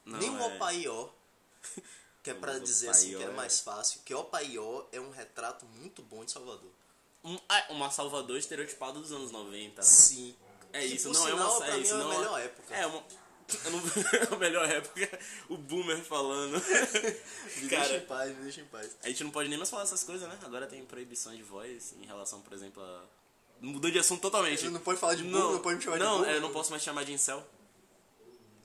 [SPEAKER 1] Não,
[SPEAKER 2] Nem um o
[SPEAKER 1] é.
[SPEAKER 2] Opaió, que é pra
[SPEAKER 1] Famoso
[SPEAKER 2] dizer assim que é
[SPEAKER 1] Opaió,
[SPEAKER 2] mais fácil, que Opaió é um retrato muito bom de Salvador.
[SPEAKER 1] Um- ah, uma Salvador estereotipada dos anos 90.
[SPEAKER 2] Sim.
[SPEAKER 1] É isso,
[SPEAKER 2] por
[SPEAKER 1] não é
[SPEAKER 2] sinal,
[SPEAKER 1] uma
[SPEAKER 2] pra
[SPEAKER 1] é isso,
[SPEAKER 2] mim, é a
[SPEAKER 1] não
[SPEAKER 2] melhor época.
[SPEAKER 1] É uma eu não- a melhor época, o boomer falando.
[SPEAKER 2] Me deixa em
[SPEAKER 1] Cara,
[SPEAKER 2] paz, me deixa em paz.
[SPEAKER 1] a gente não pode nem mais falar essas coisas, né? Agora tem proibição de voz em relação, por exemplo, a mudou de assunto totalmente.
[SPEAKER 2] Você não pode falar de burro, não, pode me chamar
[SPEAKER 1] não,
[SPEAKER 2] de burro.
[SPEAKER 1] eu não posso mais chamar de incel.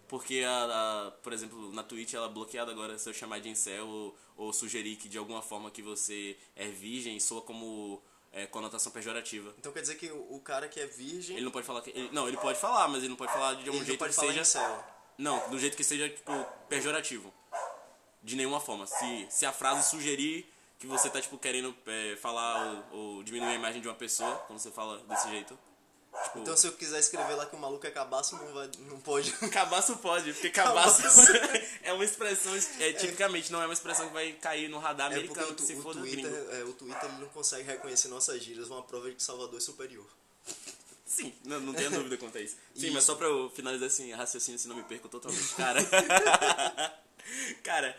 [SPEAKER 1] Porque, a, a- por exemplo, na Twitch ela é bloqueada agora se eu chamar de incel ou, ou sugerir que de alguma forma que você é virgem soa como é, conotação pejorativa.
[SPEAKER 2] Então quer dizer que o, o cara que é virgem,
[SPEAKER 1] Ele não pode falar que. ele- não, ele pode falar, mas ele não pode falar de um
[SPEAKER 2] ele não
[SPEAKER 1] jeito
[SPEAKER 2] pode
[SPEAKER 1] que
[SPEAKER 2] falar
[SPEAKER 1] seja.
[SPEAKER 2] em céu.
[SPEAKER 1] Não, do jeito que seja, tipo, pejorativo. De nenhuma forma. Se, se a frase sugerir que você tá, tipo, querendo é, falar ou, ou diminuir a imagem de uma pessoa, quando você fala desse jeito. Tipo,
[SPEAKER 2] Então se eu quiser escrever lá que o maluco é cabaço, não, vai, não pode. É
[SPEAKER 1] Cabaço pode, porque cabaço
[SPEAKER 2] Cabaço.
[SPEAKER 1] é uma expressão, é, tipicamente não é uma expressão que vai cair no radar
[SPEAKER 2] É porque
[SPEAKER 1] americano
[SPEAKER 2] o,
[SPEAKER 1] que
[SPEAKER 2] tu-
[SPEAKER 1] se
[SPEAKER 2] o
[SPEAKER 1] for do
[SPEAKER 2] Twitter,
[SPEAKER 1] gringo.
[SPEAKER 2] é, o Twitter ele não consegue reconhecer nossas gírias, uma prova de que Salvador é superior.
[SPEAKER 1] Sim, não, não tenha dúvida quanto a isso. Sim,
[SPEAKER 2] E-
[SPEAKER 1] mas só pra eu finalizar esse raciocínio, senão eu me perco totalmente. Cara, cara,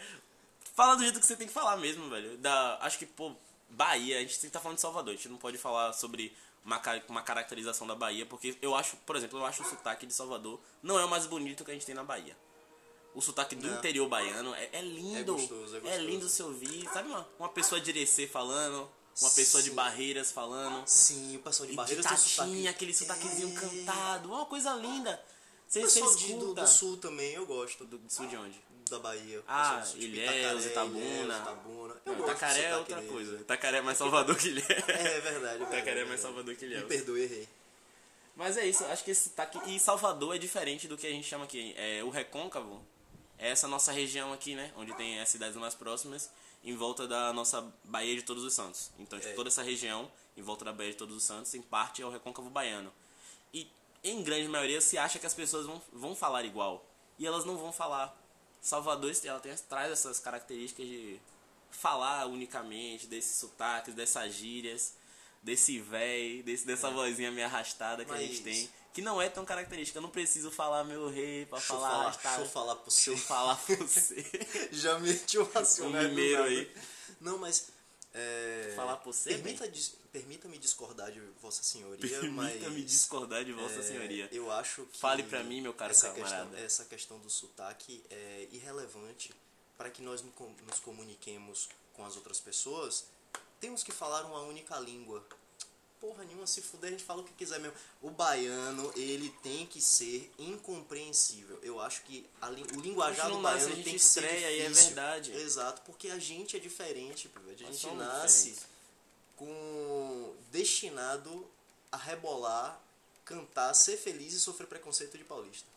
[SPEAKER 1] fala do jeito que você tem que falar mesmo, velho. Da, acho que, pô, Bahia, a gente tem que estar falando de Salvador. A gente não pode falar sobre uma, ca- uma caracterização da Bahia, porque eu acho, por exemplo, eu acho o sotaque de Salvador não é o mais bonito que a gente tem na Bahia. O sotaque do
[SPEAKER 2] Não.
[SPEAKER 1] interior baiano é, é lindo.
[SPEAKER 2] É gostoso, é gostoso.
[SPEAKER 1] lindo se ouvir. Sabe uma, uma pessoa de Irecê falando, uma pessoa de
[SPEAKER 2] Sim.
[SPEAKER 1] Barreiras falando.
[SPEAKER 2] Sim, o pessoal de
[SPEAKER 1] E
[SPEAKER 2] Barreiras
[SPEAKER 1] de
[SPEAKER 2] tem
[SPEAKER 1] tatinha,
[SPEAKER 2] sotaque.
[SPEAKER 1] aquele sotaquezinho
[SPEAKER 2] É.
[SPEAKER 1] cantado, uma coisa linda. Você
[SPEAKER 2] O
[SPEAKER 1] você
[SPEAKER 2] pessoal de, do,
[SPEAKER 1] escuta.
[SPEAKER 2] do sul também, eu gosto.
[SPEAKER 1] Do- do sul de onde?
[SPEAKER 2] Da Bahia.
[SPEAKER 1] Ah,
[SPEAKER 2] Pessoal do sul, tipo,
[SPEAKER 1] Ilhéus,
[SPEAKER 2] Itacaré,
[SPEAKER 1] Itabuna.
[SPEAKER 2] Ilhéus, Itabuna. Eu
[SPEAKER 1] Não,
[SPEAKER 2] gosto do
[SPEAKER 1] Itacaré é
[SPEAKER 2] sotaque
[SPEAKER 1] outra
[SPEAKER 2] deles,
[SPEAKER 1] coisa.
[SPEAKER 2] né?
[SPEAKER 1] Itacaré é mais Salvador que Ilhéus.
[SPEAKER 2] É
[SPEAKER 1] Itacaré
[SPEAKER 2] verdade.
[SPEAKER 1] é mais
[SPEAKER 2] verdade.
[SPEAKER 1] Salvador que
[SPEAKER 2] Me
[SPEAKER 1] Ilhéus.
[SPEAKER 2] perdoe, errei.
[SPEAKER 1] Mas é isso, acho que esse sotaque... E Salvador é diferente do que a gente chama aqui. É, o Recôncavo é essa nossa região aqui, né? Onde tem as cidades mais próximas em volta da nossa Baía de Todos os Santos. Então, tipo,
[SPEAKER 2] É.
[SPEAKER 1] toda essa região em volta da Baía de Todos os Santos, em parte, é o Recôncavo Baiano. E, em grande maioria, se acha que as pessoas vão, vão falar igual. E elas não vão falar. Salvador, ela tem, traz essas características de falar unicamente, desses sotaques, dessas gírias, desse véi, desse, dessa vozinha meio arrastada que a gente
[SPEAKER 2] É. Mas-
[SPEAKER 1] tem. Que não é tão característica. Eu não preciso falar meu rei pra
[SPEAKER 2] Deixa eu
[SPEAKER 1] falar
[SPEAKER 2] falar, tá.
[SPEAKER 1] arrastado.
[SPEAKER 2] deixa eu falar pro seu.
[SPEAKER 1] Deixa eu falar você.
[SPEAKER 2] Já meti o racional.
[SPEAKER 1] O um mineiro aí.
[SPEAKER 2] Não, mas. é,
[SPEAKER 1] Falar pro você,
[SPEAKER 2] Permita dis- Permita-me discordar de Vossa Senhoria, mas.
[SPEAKER 1] Permita-me discordar de Vossa
[SPEAKER 2] é,
[SPEAKER 1] Senhoria.
[SPEAKER 2] Eu acho que.
[SPEAKER 1] Fale pra mim, meu caro
[SPEAKER 2] essa
[SPEAKER 1] camarada.
[SPEAKER 2] questão, essa questão do sotaque é irrelevante para que nós no- com- nos comuniquemos com as outras pessoas. Temos que falar uma única língua. Porra nenhuma, se fuder, a gente fala o que quiser mesmo. O baiano, ele tem que ser incompreensível. Eu acho que a lin- o linguajar
[SPEAKER 1] não
[SPEAKER 2] do
[SPEAKER 1] nasce,
[SPEAKER 2] baiano
[SPEAKER 1] a gente
[SPEAKER 2] tem que ser
[SPEAKER 1] estreia e é
[SPEAKER 2] difícil.
[SPEAKER 1] verdade.
[SPEAKER 2] Exato, porque a gente é diferente, pivete. a
[SPEAKER 1] Nós
[SPEAKER 2] gente
[SPEAKER 1] somos
[SPEAKER 2] nasce
[SPEAKER 1] diferentes.
[SPEAKER 2] com destinado a rebolar, cantar, ser feliz e sofrer preconceito de paulista.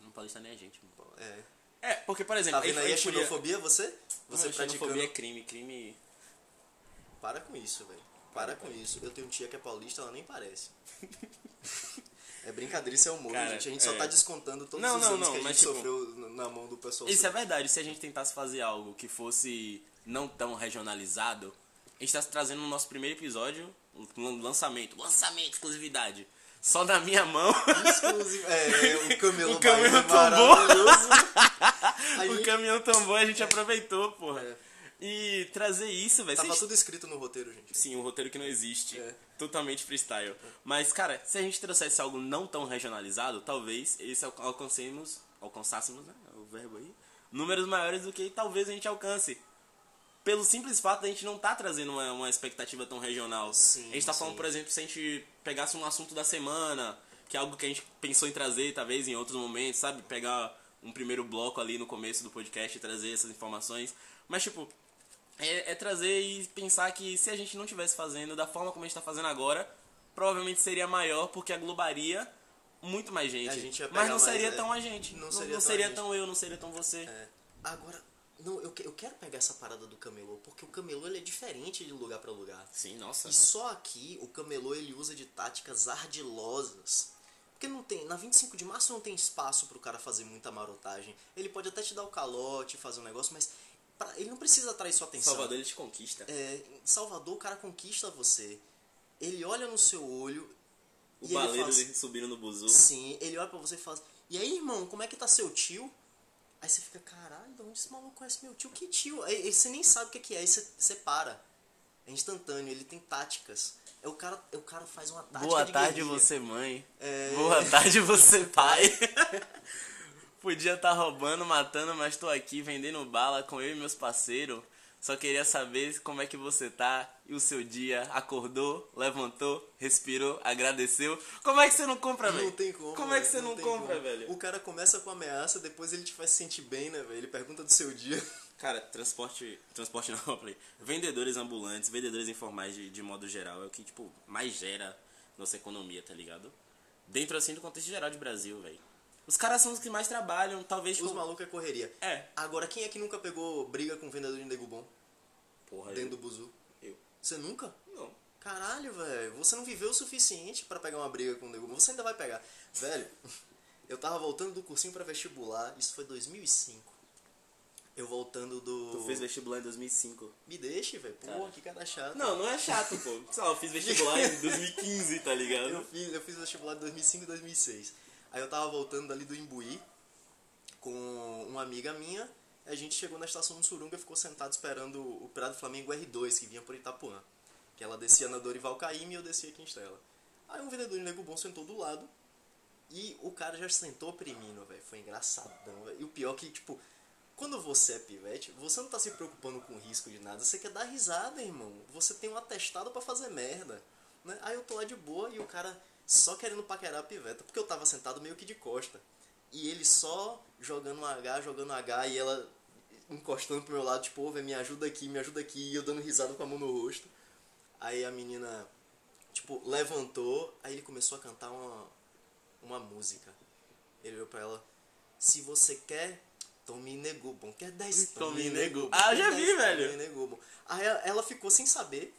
[SPEAKER 1] Não paulista nem a gente, mano.
[SPEAKER 2] É.
[SPEAKER 1] É, porque, por exemplo,
[SPEAKER 2] Tá vendo aí a
[SPEAKER 1] gente podia-
[SPEAKER 2] xenofobia, você? Você
[SPEAKER 1] Não,
[SPEAKER 2] praticando.
[SPEAKER 1] xenofobia é crime, crime.
[SPEAKER 2] Para com isso, velho. Para com isso. Eu tenho um tia que é paulista, ela nem parece. É brincadeira, isso é humor,
[SPEAKER 1] Cara,
[SPEAKER 2] gente. A gente só
[SPEAKER 1] é.
[SPEAKER 2] tá descontando todos
[SPEAKER 1] Não,
[SPEAKER 2] os
[SPEAKER 1] não,
[SPEAKER 2] anos
[SPEAKER 1] não,
[SPEAKER 2] que a gente
[SPEAKER 1] mas, tipo,
[SPEAKER 2] sofreu n- na mão do pessoal.
[SPEAKER 1] Isso é verdade, se a gente tentasse fazer algo que fosse não tão regionalizado, a gente tá trazendo no nosso primeiro episódio um lan- lançamento. Lançamento, exclusividade. Só na minha mão.
[SPEAKER 2] Exclusivo. É, o camelo,
[SPEAKER 1] O camelo
[SPEAKER 2] baiano é
[SPEAKER 1] tombou.
[SPEAKER 2] maravilhoso. A
[SPEAKER 1] o
[SPEAKER 2] gente-
[SPEAKER 1] caminhão tombou e a gente aproveitou, porra.
[SPEAKER 2] É.
[SPEAKER 1] E trazer isso, velho.
[SPEAKER 2] Tava
[SPEAKER 1] vocês-
[SPEAKER 2] tudo escrito no roteiro, gente.
[SPEAKER 1] Sim, um roteiro que não existe.
[SPEAKER 2] É.
[SPEAKER 1] Totalmente freestyle. Mas, cara, se a gente trouxesse algo não tão regionalizado, talvez esse alca- alcancemos. Alcançássemos, né? O verbo aí. Números maiores do que talvez a gente alcance. Pelo simples fato de a gente não tá trazendo uma, uma expectativa tão regional.
[SPEAKER 2] Sim,
[SPEAKER 1] a gente tá falando,
[SPEAKER 2] sim.
[SPEAKER 1] por exemplo, se a gente pegasse um assunto da semana, que é algo que a gente pensou em trazer, talvez em outros momentos, sabe? Pegar um primeiro bloco ali no começo do podcast e trazer essas informações. Mas, tipo, é, é trazer e pensar que se a gente não tivesse fazendo da forma como a gente tá fazendo agora, provavelmente seria maior porque aglobaria muito mais gente.
[SPEAKER 2] A gente ia
[SPEAKER 1] mas
[SPEAKER 2] pegar
[SPEAKER 1] não seria
[SPEAKER 2] mais, é.
[SPEAKER 1] tão a gente.
[SPEAKER 2] Não
[SPEAKER 1] Não seria, não
[SPEAKER 2] seria tão a
[SPEAKER 1] seria
[SPEAKER 2] gente.
[SPEAKER 1] tão eu, não seria tão você.
[SPEAKER 2] É. Agora, não, eu, que- eu quero pegar essa parada do camelô, porque o camelô ele é diferente de lugar pra lugar.
[SPEAKER 1] Sim, nossa.
[SPEAKER 2] E só aqui o camelô ele usa de táticas ardilosas. Porque não tem, na 25 de março não tem espaço pro cara fazer muita marotagem. Ele pode até te dar o calote, fazer um negócio, mas pra- ele não precisa atrair sua atenção.
[SPEAKER 1] Salvador ele te conquista.
[SPEAKER 2] É, em Salvador, o cara conquista você. Ele olha no seu olho.
[SPEAKER 1] O
[SPEAKER 2] e ele
[SPEAKER 1] baleiro
[SPEAKER 2] fala assim,
[SPEAKER 1] dele subindo no buzu.
[SPEAKER 2] Sim, ele olha pra você e fala E aí, irmão, como é que tá seu tio? Aí você fica, caralho, de onde esse maluco conhece meu tio? Que tio? Aí, aí você nem sabe o que que é, aí você, você para. É instantâneo, ele tem táticas. É o cara, é o cara faz uma tática
[SPEAKER 1] Boa
[SPEAKER 2] de
[SPEAKER 1] tarde,
[SPEAKER 2] guerrilha.
[SPEAKER 1] você mãe.
[SPEAKER 2] É.
[SPEAKER 1] Boa tarde, você pai. Podia estar roubando, matando, mas tô aqui vendendo bala com eu e meus parceiros. Só queria saber como é que você tá e o seu dia. Acordou, levantou, respirou, agradeceu. Como é que você não compra, velho?
[SPEAKER 2] Não tem como.
[SPEAKER 1] Como é que
[SPEAKER 2] velho,
[SPEAKER 1] você não,
[SPEAKER 2] tem
[SPEAKER 1] compra,
[SPEAKER 2] como.
[SPEAKER 1] velho?
[SPEAKER 2] O cara começa com ameaça, depois ele te faz sentir bem, né, velho? Ele pergunta do seu dia.
[SPEAKER 1] Cara, transporte. Transporte não, eu falei. Vendedores ambulantes, vendedores informais de, de modo geral é o que, tipo, mais gera nossa economia, tá ligado? Dentro assim do contexto geral de Brasil, velho. Os caras são os que mais trabalham, talvez.
[SPEAKER 2] Os
[SPEAKER 1] tipo,
[SPEAKER 2] malucos é correria.
[SPEAKER 1] É.
[SPEAKER 2] Agora, quem é que nunca pegou briga com o vendedor de Degubon?
[SPEAKER 1] Porra,
[SPEAKER 2] Dentro do buzu?
[SPEAKER 1] eu.
[SPEAKER 2] Você nunca?
[SPEAKER 1] eu. Não.
[SPEAKER 2] Caralho, velho, você não viveu o suficiente pra pegar uma briga com o Nego. Você ainda vai pegar. Velho, eu tava voltando do cursinho pra vestibular, isso foi 2005. Eu voltando do.
[SPEAKER 1] Tu fez vestibular em 2005.
[SPEAKER 2] Me deixe, velho. Pô,
[SPEAKER 1] Cara.
[SPEAKER 2] que cara chato.
[SPEAKER 1] Não, não é chato, pô. Sei lá, eu fiz vestibular em 2015, tá ligado?
[SPEAKER 2] Eu fiz, eu fiz vestibular de 2005 e 2006. Aí eu tava voltando ali do Imbuí com uma amiga minha. A gente chegou na estação do Surunga e ficou sentado esperando o Pirata do Flamengo R2, que vinha por Itapuã. Que ela descia na Dorival Caymmi e eu descia aqui em Estela. Aí um vendedor de Nego Bom sentou do lado e o cara já sentou oprimindo, velho. Foi engraçadão, velho. E o pior que, tipo, quando você é pivete, você não tá se preocupando com risco de nada. Você quer dar risada, irmão. Você tem um atestado pra fazer merda. Né? Aí eu tô lá de boa e o cara só querendo paquerar a piveta. Porque eu tava sentado meio que de costa. E ele só jogando um H, jogando um H e ela encostando pro meu lado, tipo, ô, velho, me ajuda aqui, me ajuda aqui. E eu dando risada com a mão no rosto. Aí a menina, tipo, levantou. Aí ele começou a cantar uma, uma música. Ele olhou pra ela. Se você quer, tome negubon. Quer 10
[SPEAKER 1] Tome
[SPEAKER 2] tome
[SPEAKER 1] Negubon.
[SPEAKER 2] negubon.
[SPEAKER 1] Ah,
[SPEAKER 2] Quer
[SPEAKER 1] já vi,
[SPEAKER 2] 10
[SPEAKER 1] velho.
[SPEAKER 2] Tome negubon. Aí ela- ela ficou sem saber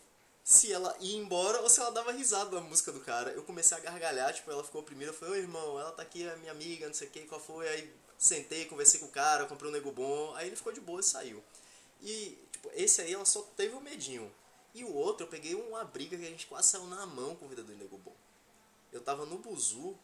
[SPEAKER 2] se ela ia embora ou se ela dava risada da música do cara. Eu comecei a gargalhar, tipo, ela ficou oprimida. Eu falei, ô irmão, ela tá aqui, é minha amiga, não sei o que, qual foi? Aí sentei, conversei com o cara, comprei um negubon. Aí ele ficou de boa e saiu. E, tipo, esse aí ela só teve um medinho. E o outro, eu peguei uma briga que a gente quase saiu na mão com o vendedor de negubon. Eu tava no buzu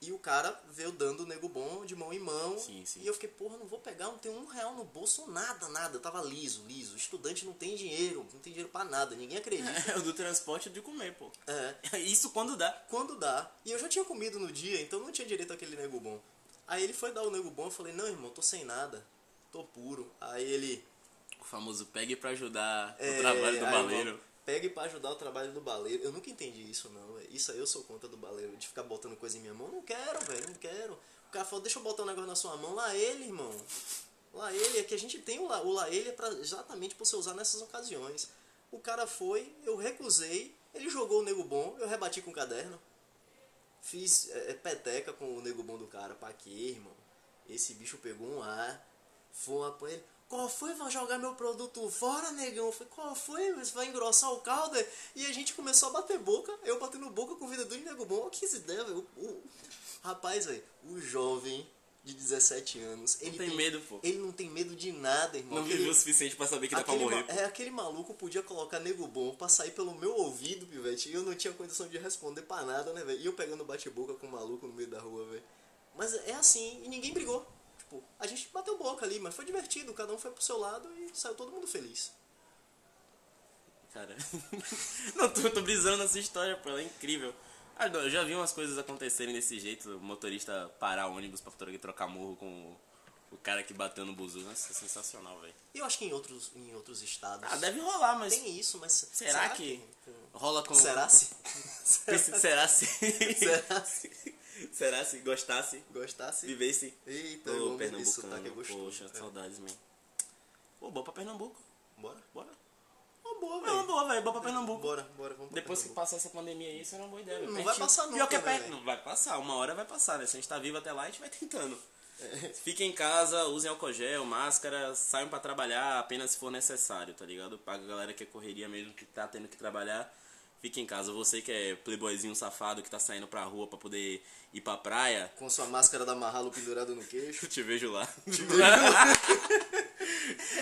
[SPEAKER 2] e o cara veio dando o nego bom de mão em mão.
[SPEAKER 1] Sim, sim.
[SPEAKER 2] E eu fiquei, porra, não vou pegar, não tenho um real no bolso, nada, nada. Eu tava liso, liso. Estudante não tem dinheiro, não tem dinheiro pra nada, ninguém acredita.
[SPEAKER 1] É o do transporte e de comer, pô.
[SPEAKER 2] É.
[SPEAKER 1] Isso quando dá.
[SPEAKER 2] Quando dá. E eu já tinha comido no dia, então não tinha direito àquele nego bom. Aí ele foi dar o nego bom, eu falei, não, irmão, tô sem nada. Tô puro. Aí ele.
[SPEAKER 1] O famoso pegue pra ajudar
[SPEAKER 2] é,
[SPEAKER 1] o trabalho do
[SPEAKER 2] aí,
[SPEAKER 1] baleiro.
[SPEAKER 2] irmão, Pegue pra ajudar o trabalho do baleiro. Eu nunca entendi isso, não. velho. Isso aí eu sou contra do baleiro, de ficar botando coisa em minha mão. Não quero, velho, não quero. O cara falou, deixa eu botar um negócio na sua mão. Lá ele, irmão. Lá ele, é que a gente tem o lá, o lá ele é pra, exatamente pra você usar nessas ocasiões. O cara foi, eu recusei, ele jogou o nego bom, eu rebati com o caderno. Fiz é, é, peteca com o nego bom do cara. Pra quê, irmão? Esse bicho pegou um ar. Foi uma pra ele. Qual foi? Vai jogar meu produto fora, negão? Eu falei, qual foi? Você vai engrossar o caldo? é?" E a gente começou a bater boca. Eu batendo boca com o vendedor de nego bom. Olha que ideia, velho. O- o- Rapaz, velho. O jovem de 17 anos. Ele
[SPEAKER 1] tem medo, pô.
[SPEAKER 2] Ele não tem medo de nada, irmão.
[SPEAKER 1] Não
[SPEAKER 2] Aquele-
[SPEAKER 1] viveu o suficiente pra saber que dá pra
[SPEAKER 2] Aquele,
[SPEAKER 1] morrer.
[SPEAKER 2] ma- é, aquele maluco podia colocar nego bom pra sair pelo meu ouvido, pivete. E eu não tinha condição de responder pra nada, né, velho? E eu pegando bate-boca com o maluco no meio da rua, velho. Mas é assim, e ninguém brigou. Tipo, a gente bateu boca ali, mas foi divertido. Cada um foi pro seu lado e saiu todo mundo feliz.
[SPEAKER 1] Cara. Não, tô, tô brisando nessa história, pô. Ela é incrível. Agora, eu já vi umas coisas acontecerem desse jeito. O motorista parar ônibus pra tro- trocar murro com o, o cara que bateu no buzu. Nossa, é sensacional, velho.
[SPEAKER 2] E eu acho que em outros, em outros estados
[SPEAKER 1] Ah, deve rolar, mas.
[SPEAKER 2] tem isso, mas...
[SPEAKER 1] Será, que. Rola com.
[SPEAKER 2] Será se...
[SPEAKER 1] Pense- Será se.
[SPEAKER 2] Será
[SPEAKER 1] se. Será se gostasse?
[SPEAKER 2] Gostasse?
[SPEAKER 1] Vivesse?
[SPEAKER 2] Eita, eu
[SPEAKER 1] Ô,
[SPEAKER 2] amo esse sotaque, é
[SPEAKER 1] Pernambucano.
[SPEAKER 2] gostoso.
[SPEAKER 1] Poxa,
[SPEAKER 2] É.
[SPEAKER 1] saudades, man. Pô, bora pra Pernambuco.
[SPEAKER 2] Bora?
[SPEAKER 1] Bora.
[SPEAKER 2] Ô, boa,
[SPEAKER 1] É uma
[SPEAKER 2] velho.
[SPEAKER 1] boa, velho. Bora pra Pernambuco.
[SPEAKER 2] Bora, bora, vamos pra
[SPEAKER 1] Depois que
[SPEAKER 2] Pernambuco.
[SPEAKER 1] passar essa pandemia aí, isso era uma boa ideia. velho.
[SPEAKER 2] Não vai
[SPEAKER 1] Pertinho.
[SPEAKER 2] passar
[SPEAKER 1] Pior
[SPEAKER 2] nunca,
[SPEAKER 1] que é
[SPEAKER 2] né,
[SPEAKER 1] perto.
[SPEAKER 2] velho?
[SPEAKER 1] Não vai passar. Uma hora vai passar, né? Se a gente tá vivo até lá, a gente vai tentando.
[SPEAKER 2] É.
[SPEAKER 1] Fiquem em casa, usem álcool gel, máscara, saiam pra trabalhar apenas se for necessário, tá ligado? Paga a galera que é correria mesmo, que tá tendo que trabalhar. Fique em casa. Você que é playboyzinho safado, que tá saindo pra rua pra poder ir pra praia,
[SPEAKER 2] Com sua máscara da Marralo pendurada no queixo.
[SPEAKER 1] eu te vejo lá.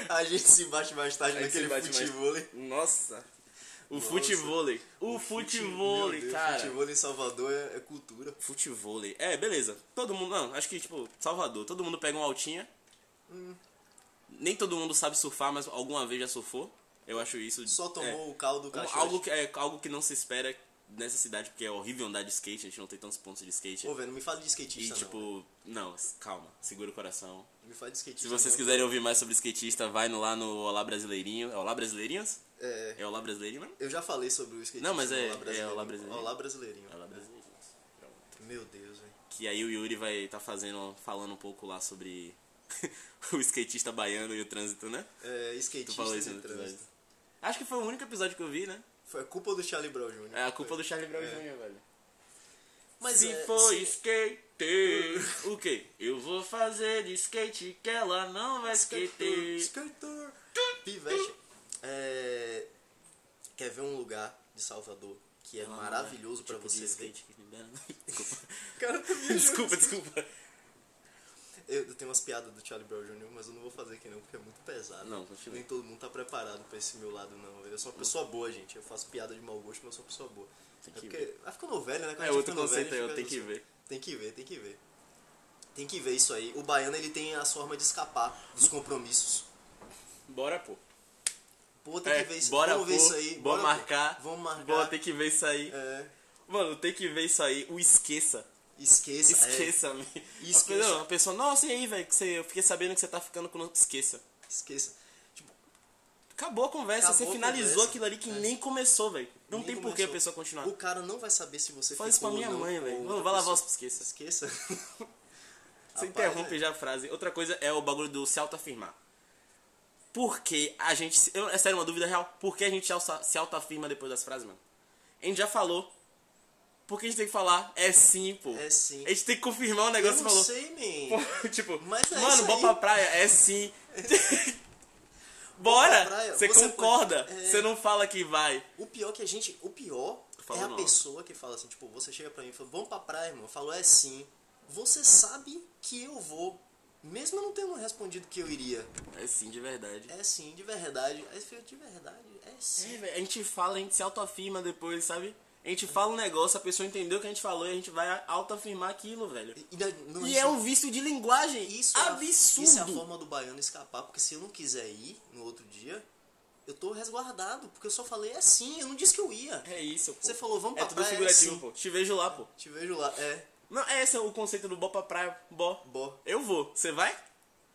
[SPEAKER 2] A gente se bate mais tarde
[SPEAKER 1] A gente se
[SPEAKER 2] naquele
[SPEAKER 1] bate mais-
[SPEAKER 2] futebol.
[SPEAKER 1] Nossa. O
[SPEAKER 2] Nossa.
[SPEAKER 1] futevôlei. O
[SPEAKER 2] Meu
[SPEAKER 1] futevôlei,
[SPEAKER 2] Deus,
[SPEAKER 1] cara.
[SPEAKER 2] Futebol em Salvador é, é cultura.
[SPEAKER 1] Futevôlei. É, beleza. Todo mundo. Não, acho que, tipo, Salvador, todo mundo pega um altinha.
[SPEAKER 2] Hum.
[SPEAKER 1] Nem todo mundo sabe surfar, mas alguma vez já surfou. Eu acho isso.
[SPEAKER 2] Só
[SPEAKER 1] é,
[SPEAKER 2] tomou o caldo do
[SPEAKER 1] um-
[SPEAKER 2] caixote.
[SPEAKER 1] algo, que, é, algo que não se espera nessa cidade, porque é horrível andar de skate, a gente não tem tantos pontos de skate.
[SPEAKER 2] Ô, velho, não me fala de
[SPEAKER 1] e,
[SPEAKER 2] skatista,
[SPEAKER 1] tipo, não, calma, segura o coração.
[SPEAKER 2] não. Me fala de skatista.
[SPEAKER 1] Se vocês
[SPEAKER 2] não. é
[SPEAKER 1] quiserem ouvir mais sobre skatista, vai no- lá no Olá Brasileirinho. É Olá Brasileirinhos?
[SPEAKER 2] É,
[SPEAKER 1] É Olá Brasileirinho mesmo?
[SPEAKER 2] eu já falei sobre o skatista.
[SPEAKER 1] Não, mas é-
[SPEAKER 2] Olá
[SPEAKER 1] é
[SPEAKER 2] Brasileirinho.
[SPEAKER 1] Olá Brasileirinho.
[SPEAKER 2] Olá Brasileirinho.
[SPEAKER 1] É Olá Brasileirinhos.
[SPEAKER 2] Meu Deus, velho.
[SPEAKER 1] Que aí o Yuri vai estar fazendo, falando um pouco lá sobre o skatista baiano e o trânsito, né?
[SPEAKER 2] É,
[SPEAKER 1] Tu
[SPEAKER 2] skatista
[SPEAKER 1] falou isso
[SPEAKER 2] de
[SPEAKER 1] no
[SPEAKER 2] trânsito.
[SPEAKER 1] episódio. Acho que foi o único episódio que eu vi, né?
[SPEAKER 2] Foi a culpa do Charlie Brown Jr.
[SPEAKER 1] É a culpa
[SPEAKER 2] Foi.
[SPEAKER 1] do Charlie Brown
[SPEAKER 2] É.
[SPEAKER 1] Jr., velho.
[SPEAKER 2] Mas
[SPEAKER 1] Se
[SPEAKER 2] é,
[SPEAKER 1] for
[SPEAKER 2] se-
[SPEAKER 1] skater, o quê? Eu vou fazer de skate que ela não vai
[SPEAKER 2] Skater,
[SPEAKER 1] skater.
[SPEAKER 2] skater. Pivete. É, quer ver um lugar de Salvador
[SPEAKER 1] Ah,
[SPEAKER 2] que é maravilhoso
[SPEAKER 1] Tipo
[SPEAKER 2] pra você ver? Cara, tu viajou.
[SPEAKER 1] Desculpa, desculpa.
[SPEAKER 2] Eu, eu tenho umas piadas do Charlie Brown Jr., mas eu não vou fazer aqui não, porque é muito pesado.
[SPEAKER 1] Não, continua.
[SPEAKER 2] Nem todo mundo tá preparado pra esse meu lado, não. Eu sou uma pessoa boa, gente. Eu faço piada de mau gosto, mas eu sou uma pessoa boa.
[SPEAKER 1] Tem
[SPEAKER 2] é
[SPEAKER 1] que
[SPEAKER 2] porque...
[SPEAKER 1] ver.
[SPEAKER 2] Ah, ficando velho, né? Quando a
[SPEAKER 1] É
[SPEAKER 2] gente
[SPEAKER 1] outro
[SPEAKER 2] ficando
[SPEAKER 1] conceito aí,
[SPEAKER 2] velho,
[SPEAKER 1] eu tenho que
[SPEAKER 2] fica-
[SPEAKER 1] ver.
[SPEAKER 2] Tem que ver, tem que ver. Tem que ver isso aí. O baiano, ele tem a forma de escapar dos compromissos.
[SPEAKER 1] Bora, pô.
[SPEAKER 2] Pô, tem
[SPEAKER 1] É,
[SPEAKER 2] que ver isso.
[SPEAKER 1] bora,
[SPEAKER 2] Vamos ver
[SPEAKER 1] pô.
[SPEAKER 2] isso aí.
[SPEAKER 1] Bora
[SPEAKER 2] pô.
[SPEAKER 1] marcar.
[SPEAKER 2] Vamos marcar.
[SPEAKER 1] Bora ter que ver isso aí.
[SPEAKER 2] É,
[SPEAKER 1] Mano, tem que ver isso aí. O esqueça.
[SPEAKER 2] esqueça. é.
[SPEAKER 1] Esqueça, me
[SPEAKER 2] Esqueça.
[SPEAKER 1] Não, a pessoa, nossa, e aí, velho? que você- Eu fiquei sabendo que você tá ficando com. Esqueça.
[SPEAKER 2] Esqueça. Tipo,
[SPEAKER 1] Acabou a conversa,
[SPEAKER 2] Acabou
[SPEAKER 1] você
[SPEAKER 2] a
[SPEAKER 1] finalizou
[SPEAKER 2] conversa.
[SPEAKER 1] aquilo ali que
[SPEAKER 2] É.
[SPEAKER 1] nem começou, velho. Não
[SPEAKER 2] nem
[SPEAKER 1] tem por que a
[SPEAKER 2] começou.
[SPEAKER 1] pessoa continuar.
[SPEAKER 2] O cara não vai saber se você
[SPEAKER 1] Fala isso pra
[SPEAKER 2] ficou
[SPEAKER 1] minha
[SPEAKER 2] ou não
[SPEAKER 1] mãe,
[SPEAKER 2] com
[SPEAKER 1] velho.
[SPEAKER 2] outra
[SPEAKER 1] Mano, vai lavar
[SPEAKER 2] pessoa.
[SPEAKER 1] os esqueça.
[SPEAKER 2] Esqueça.
[SPEAKER 1] Você
[SPEAKER 2] Rapaz,
[SPEAKER 1] interrompe
[SPEAKER 2] é.
[SPEAKER 1] já a frase. Outra coisa é o bagulho do se autoafirmar. Por que a gente. se- eu- é sério, uma dúvida real. Por que a gente se alça- se autoafirma depois das frases, mano? A gente já falou. Por que a gente tem que falar? É sim, pô.
[SPEAKER 2] É sim.
[SPEAKER 1] A gente tem que confirmar o
[SPEAKER 2] Eu
[SPEAKER 1] negócio
[SPEAKER 2] não
[SPEAKER 1] que falou.
[SPEAKER 2] sei, man.
[SPEAKER 1] Pô, tipo,
[SPEAKER 2] Mas é isso
[SPEAKER 1] mano, bora
[SPEAKER 2] aí.
[SPEAKER 1] pra praia, é sim. Bora!
[SPEAKER 2] Bora pra praia,
[SPEAKER 1] Você
[SPEAKER 2] você
[SPEAKER 1] concorda,
[SPEAKER 2] pode- é.
[SPEAKER 1] você não fala que vai.
[SPEAKER 2] O pior é que a gente. O pior
[SPEAKER 1] Fala
[SPEAKER 2] é a
[SPEAKER 1] não.
[SPEAKER 2] pessoa que fala assim, tipo, você chega pra mim e fala, vamos pra praia, irmão. Eu falo, é sim. Você sabe que eu vou. Mesmo eu não tendo respondido que eu iria.
[SPEAKER 1] É sim, de verdade.
[SPEAKER 2] É sim, de verdade. Aí você fica, de verdade, é sim.
[SPEAKER 1] É, velho, a gente fala, a gente se autoafirma depois, sabe? A gente fala um negócio, a pessoa entendeu o que a gente falou e a gente vai autoafirmar aquilo, velho.
[SPEAKER 2] E, na- não,
[SPEAKER 1] E
[SPEAKER 2] isso-
[SPEAKER 1] é um vício de linguagem
[SPEAKER 2] isso é a-
[SPEAKER 1] absurdo.
[SPEAKER 2] isso é a forma do baiano escapar, porque se eu não quiser ir no outro dia, eu tô resguardado, porque eu só falei é sim, eu não disse que eu ia.
[SPEAKER 1] É isso, pô.
[SPEAKER 2] Você falou, vamos
[SPEAKER 1] é
[SPEAKER 2] pra
[SPEAKER 1] tudo
[SPEAKER 2] praia,
[SPEAKER 1] figurativo,
[SPEAKER 2] é sim.
[SPEAKER 1] pô. Te vejo lá, pô.
[SPEAKER 2] Te vejo lá. É,
[SPEAKER 1] Não, é esse é o conceito do bó pra praia, bó.
[SPEAKER 2] bó.
[SPEAKER 1] Eu vou. Você vai?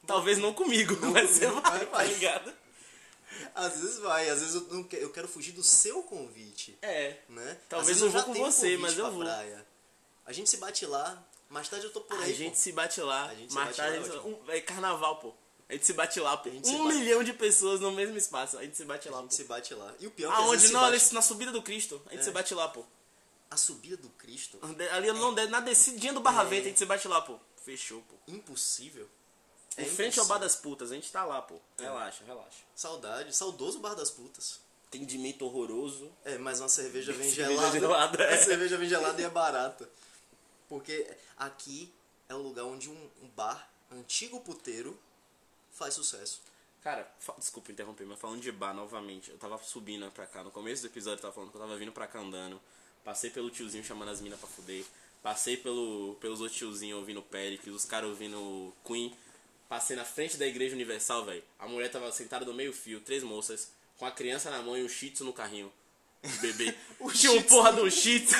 [SPEAKER 1] Talvez não comigo, mas você
[SPEAKER 2] comigo,
[SPEAKER 1] vai,
[SPEAKER 2] mas
[SPEAKER 1] tá
[SPEAKER 2] vai.
[SPEAKER 1] ligado?
[SPEAKER 2] Às vezes vai, às vezes eu, não que- eu quero fugir do seu convite.
[SPEAKER 1] É.
[SPEAKER 2] Né? Às
[SPEAKER 1] Talvez
[SPEAKER 2] vezes
[SPEAKER 1] eu
[SPEAKER 2] já
[SPEAKER 1] vou com
[SPEAKER 2] tenho
[SPEAKER 1] você,
[SPEAKER 2] convite
[SPEAKER 1] mas eu
[SPEAKER 2] pra
[SPEAKER 1] vou.
[SPEAKER 2] praia. A gente se bate lá, mais tarde eu tô por
[SPEAKER 1] A
[SPEAKER 2] aí.
[SPEAKER 1] gente
[SPEAKER 2] pô.
[SPEAKER 1] se bate lá.
[SPEAKER 2] A gente se
[SPEAKER 1] mais
[SPEAKER 2] bate lá,
[SPEAKER 1] tarde, a gente-
[SPEAKER 2] ótimo.
[SPEAKER 1] um- é carnaval, pô. A gente se bate lá, pô. Um
[SPEAKER 2] gente se bate-
[SPEAKER 1] milhão de pessoas no mesmo espaço. A gente se bate
[SPEAKER 2] A
[SPEAKER 1] lá,
[SPEAKER 2] gente
[SPEAKER 1] pô.
[SPEAKER 2] se bate lá. E o pior é que às vezes
[SPEAKER 1] Aonde?
[SPEAKER 2] se É.
[SPEAKER 1] Não,
[SPEAKER 2] bate-
[SPEAKER 1] ali na subida do Cristo. A gente se bate lá, pô.
[SPEAKER 2] A subida do Cristo,
[SPEAKER 1] Ande- Ali não, der- na descidinha do Barra
[SPEAKER 2] É.
[SPEAKER 1] Venta, a gente se bate lá, pô. Fechou, pô.
[SPEAKER 2] impossível. É
[SPEAKER 1] Em frente ao
[SPEAKER 2] impossível.
[SPEAKER 1] Bar das Putas, a gente tá lá, pô. Relaxa, relaxa.
[SPEAKER 2] Saudade, saudoso Bar das Putas.
[SPEAKER 1] Atendimento horroroso.
[SPEAKER 2] É, mas uma cerveja vem
[SPEAKER 1] Cerveja
[SPEAKER 2] gelada.
[SPEAKER 1] gelada, é.
[SPEAKER 2] A cerveja vem gelada e é barata. Porque aqui é o lugar onde um, um bar, antigo puteiro, faz sucesso.
[SPEAKER 1] Cara, fa- desculpa interromper, mas falando de bar novamente, eu tava subindo pra cá. No começo do episódio eu tava falando que eu tava vindo pra cá andando. Passei pelo tiozinho chamando as minas pra fuder. Passei pelo, pelos outros tiozinhos ouvindo Pericles, os caras ouvindo Queen. Passei na frente da Igreja Universal, velho. A mulher tava sentada no meio-fio, três moças, com a criança na mão e um shih tzu no carrinho. De bebê.
[SPEAKER 2] O
[SPEAKER 1] Tinha
[SPEAKER 2] Shih
[SPEAKER 1] um
[SPEAKER 2] Tzu
[SPEAKER 1] porra
[SPEAKER 2] no-
[SPEAKER 1] do shih tzu.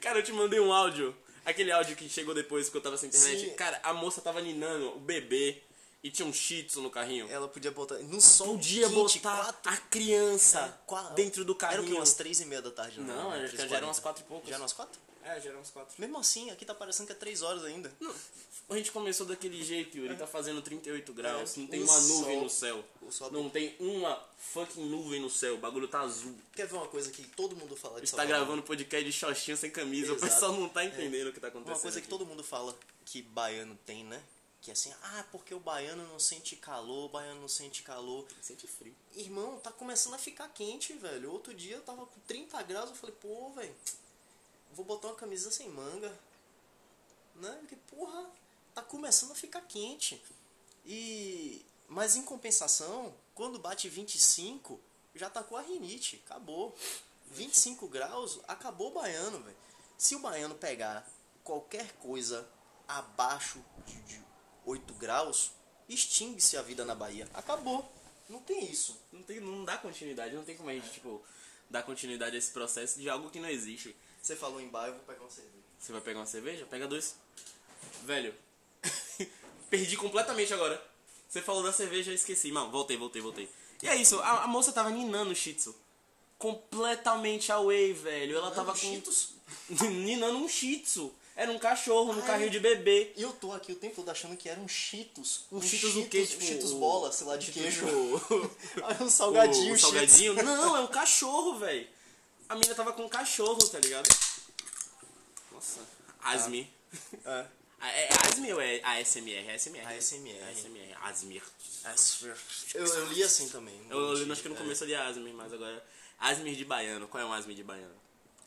[SPEAKER 1] Cara, eu te mandei um áudio. Aquele áudio que chegou depois que eu tava sem internet.
[SPEAKER 2] Sim.
[SPEAKER 1] Cara, a moça tava ninando, o bebê. E tinha um shih tzu no carrinho.
[SPEAKER 2] Ela podia botar. No sol
[SPEAKER 1] Podia
[SPEAKER 2] quente,
[SPEAKER 1] botar
[SPEAKER 2] quatro-
[SPEAKER 1] a criança
[SPEAKER 2] qua-
[SPEAKER 1] dentro do carrinho.
[SPEAKER 2] Era o que? Umas três e meia da tarde? né?
[SPEAKER 1] Não,
[SPEAKER 2] era
[SPEAKER 1] acho que já eram umas quatro e poucas.
[SPEAKER 2] Já eram umas quatro?
[SPEAKER 1] É, já eram uns quatro.
[SPEAKER 2] Mesmo assim, aqui tá parecendo que é três horas ainda.
[SPEAKER 1] A gente começou daquele jeito, Yuri. Tá fazendo 38 graus,
[SPEAKER 2] É,
[SPEAKER 1] não tem
[SPEAKER 2] o
[SPEAKER 1] uma nuvem
[SPEAKER 2] sol-
[SPEAKER 1] no céu.
[SPEAKER 2] o sol-
[SPEAKER 1] Não tem uma fucking nuvem no céu. O bagulho tá azul.
[SPEAKER 2] Quer ver uma coisa que todo mundo fala de
[SPEAKER 1] Está
[SPEAKER 2] Salvador?
[SPEAKER 1] gravando podcast de xoxinha sem camisa.
[SPEAKER 2] tá Exato. É.
[SPEAKER 1] O pessoal não tá entendendo o que tá acontecendo.
[SPEAKER 2] Uma coisa que
[SPEAKER 1] aqui.
[SPEAKER 2] todo mundo fala que baiano tem, né? Que é assim, ah, porque o baiano não sente calor, o baiano não sente calor.
[SPEAKER 1] Sente frio.
[SPEAKER 2] Irmão, tá começando a ficar quente, velho. Outro dia eu tava com 30 graus, eu falei, pô, velho, vou botar uma camisa sem manga. Né? Porque, porra, tá começando a ficar quente. E. Mas em compensação, quando bate 25, já atacou a rinite, acabou. 25 graus, acabou o baiano, velho. Se o baiano pegar qualquer coisa abaixo de, de 8 graus, extingue-se a vida na Bahia. Acabou. Não tem isso.
[SPEAKER 1] Não, tem, não dá continuidade. Não tem como a gente, tipo, dar continuidade a esse processo de algo que não existe.
[SPEAKER 2] Você falou em bar, eu vou pegar um cerveja.
[SPEAKER 1] Você vai pegar uma cerveja? Pega dois. Velho. Perdi completamente agora. Você falou da cerveja, eu esqueci. Não, voltei, voltei, voltei. E é isso, a, a moça tava ninando o Shih Tzu. Completamente away, velho. Ela tava com.
[SPEAKER 2] um Cheetos?
[SPEAKER 1] ninando um Shih Tzu. Era um cachorro num
[SPEAKER 2] Ai.
[SPEAKER 1] carrinho de bebê.
[SPEAKER 2] E eu tô aqui o tempo todo achando que era um Cheetos. Um,
[SPEAKER 1] Cheetos o quê? Tipo,
[SPEAKER 2] Um Cheetos
[SPEAKER 1] o-
[SPEAKER 2] bola, sei lá, de
[SPEAKER 1] Cheetos-
[SPEAKER 2] queijo. Era um
[SPEAKER 1] O-
[SPEAKER 2] salgadinho,
[SPEAKER 1] o
[SPEAKER 2] Cheetos.
[SPEAKER 1] salgadinho. Não, é um cachorro, velho. A mina tava com um cachorro, tá ligado?
[SPEAKER 2] Tá.
[SPEAKER 1] Nossa. Asmi.
[SPEAKER 2] É.
[SPEAKER 1] É é Asmi ou é ASMR?
[SPEAKER 2] Ah,
[SPEAKER 1] ASMR. É
[SPEAKER 2] ASMR.
[SPEAKER 1] ASMR. Asmir.
[SPEAKER 2] Eu, eu li assim também.
[SPEAKER 1] Eu, eu acho que no
[SPEAKER 2] É.
[SPEAKER 1] começo ali é Asmir, mas agora. Asmir de baiano. Qual é um Asmir de baiano?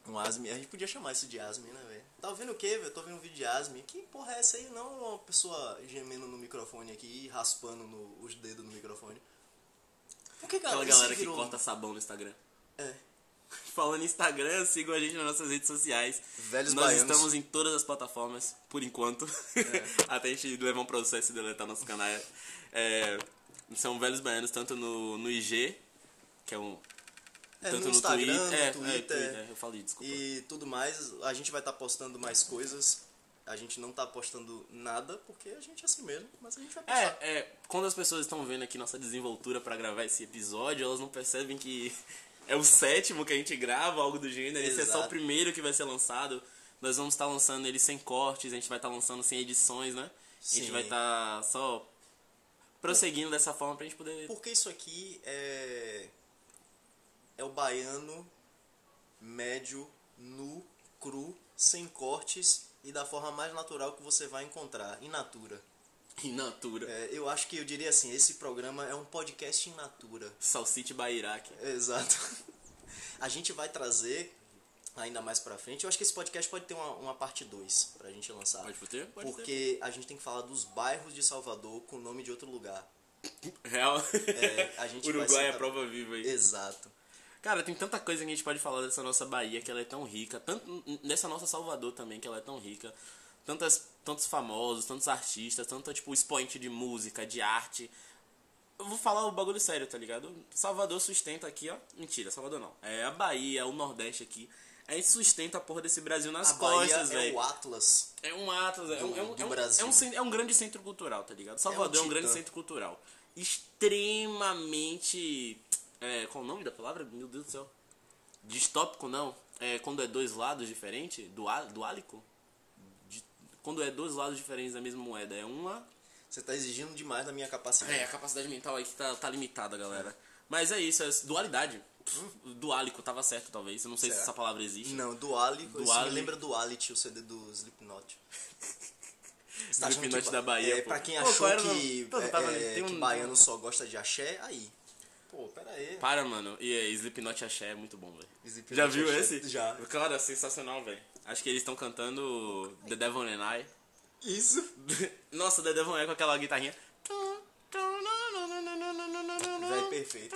[SPEAKER 2] Um Asmi, a gente podia chamar isso de Asmi, né, velho? Tá ouvindo o quê, velho? Tô ouvindo um vídeo de Asmi. Que porra é essa aí? Não uma pessoa gemendo no microfone aqui e raspando no- os dedos no microfone. Por que, cara,
[SPEAKER 1] Aquela
[SPEAKER 2] isso
[SPEAKER 1] galera que
[SPEAKER 2] virou-
[SPEAKER 1] corta sabão no Instagram.
[SPEAKER 2] É.
[SPEAKER 1] Falando em Instagram, sigam a gente nas nossas redes sociais.
[SPEAKER 2] Velhos
[SPEAKER 1] Nós
[SPEAKER 2] baianos.
[SPEAKER 1] estamos em todas as plataformas, por enquanto.
[SPEAKER 2] É.
[SPEAKER 1] Até a gente levar um processo e deletar nossos canais. É, são velhos baianos, tanto no, no IG, que é um.
[SPEAKER 2] É,
[SPEAKER 1] tanto
[SPEAKER 2] no Instagram,
[SPEAKER 1] Twitter. é,
[SPEAKER 2] no Twitter.
[SPEAKER 1] É, Twitter. Eu falei, desculpa.
[SPEAKER 2] E tudo mais, a gente vai estar postando mais coisas. A gente não tá postando nada, porque a gente é assim mesmo, mas a gente vai postar.
[SPEAKER 1] É, é, quando as pessoas estão vendo aqui nossa desenvoltura pra gravar esse episódio, elas não percebem que é o sétimo que a gente grava, algo do gênero. Esse é só o
[SPEAKER 2] Exato.
[SPEAKER 1] primeiro que vai ser lançado. Nós vamos estar lançando ele sem cortes, a gente vai estar lançando sem edições, né? A gente
[SPEAKER 2] Sim.
[SPEAKER 1] vai estar só prosseguindo dessa forma pra gente poder.
[SPEAKER 2] Porque isso aqui é. É o baiano médio, nu, cru, sem cortes e da forma mais natural que você vai encontrar, in natura.
[SPEAKER 1] In natura.
[SPEAKER 2] É, eu acho que eu diria assim: esse programa é um podcast in natura.
[SPEAKER 1] Salsite Bairaque.
[SPEAKER 2] Exato. A gente vai trazer ainda mais pra frente. Eu acho que esse podcast pode ter uma, uma parte 2 pra gente lançar.
[SPEAKER 1] Pode ter? Pode
[SPEAKER 2] porque a gente tem que falar dos bairros de Salvador com o nome de outro lugar.
[SPEAKER 1] ter. Real.
[SPEAKER 2] É, a gente vai
[SPEAKER 1] Uruguai é a
[SPEAKER 2] sentar-
[SPEAKER 1] prova viva aí.
[SPEAKER 2] Exato.
[SPEAKER 1] Cara, tem tanta coisa que a gente pode falar dessa nossa Bahia, que ela é tão rica, tanto n- nessa nossa Salvador também, que ela é tão rica. Tantas, tantos famosos, tantos artistas, tanto tipo expoente de música, de arte. Eu vou falar o bagulho sério, tá ligado? Salvador sustenta aqui, ó. Mentira, Salvador não. É a Bahia, o Nordeste aqui. A gente sustenta a porra desse Brasil nas
[SPEAKER 2] a
[SPEAKER 1] costas,
[SPEAKER 2] Bahia é
[SPEAKER 1] velho.
[SPEAKER 2] o Atlas.
[SPEAKER 1] É um Atlas, é um, é um,
[SPEAKER 2] do
[SPEAKER 1] é um-
[SPEAKER 2] Brasil.
[SPEAKER 1] é um cen- é um grande centro cultural, tá ligado? Salvador é um,
[SPEAKER 2] titã.
[SPEAKER 1] grande centro cultural. Extremamente. É, qual o nome da palavra? Meu Deus do céu. Distópico, não. É, quando é dois lados diferentes? Dual, duálico? Di- quando é dois lados diferentes da mesma moeda. É uma.
[SPEAKER 2] Você tá exigindo demais da minha capacidade.
[SPEAKER 1] É, a capacidade mental aí que tá, tá limitada, galera. Mas é isso, é dualidade. Duálico, tava certo, talvez. Eu não sei se
[SPEAKER 2] Será?
[SPEAKER 1] essa palavra existe.
[SPEAKER 2] Não, Duali. Isso me
[SPEAKER 1] Duali.
[SPEAKER 2] lembra Duality, o CD do Slipknot. Você tá achando
[SPEAKER 1] Slipknot
[SPEAKER 2] que
[SPEAKER 1] da Bahia,
[SPEAKER 2] É,
[SPEAKER 1] pô.
[SPEAKER 2] pra quem
[SPEAKER 1] Pô,
[SPEAKER 2] achou
[SPEAKER 1] qual era o
[SPEAKER 2] que,
[SPEAKER 1] nome? Pô,
[SPEAKER 2] é,
[SPEAKER 1] tava-
[SPEAKER 2] é,
[SPEAKER 1] tem
[SPEAKER 2] que
[SPEAKER 1] um-
[SPEAKER 2] baiano só gosta de axé, aí. Pô, pera aí.
[SPEAKER 1] Para, mano. E é, Slipknot Axé é muito bom, velho.
[SPEAKER 2] Slipknot
[SPEAKER 1] Já viu
[SPEAKER 2] Axé.
[SPEAKER 1] esse?
[SPEAKER 2] Já.
[SPEAKER 1] Cara, sensacional, velho. Acho que eles estão cantando The Devil and I.
[SPEAKER 2] Isso.
[SPEAKER 1] Nossa, The Devil and I com aquela guitarrinha.
[SPEAKER 2] Véi, perfeito.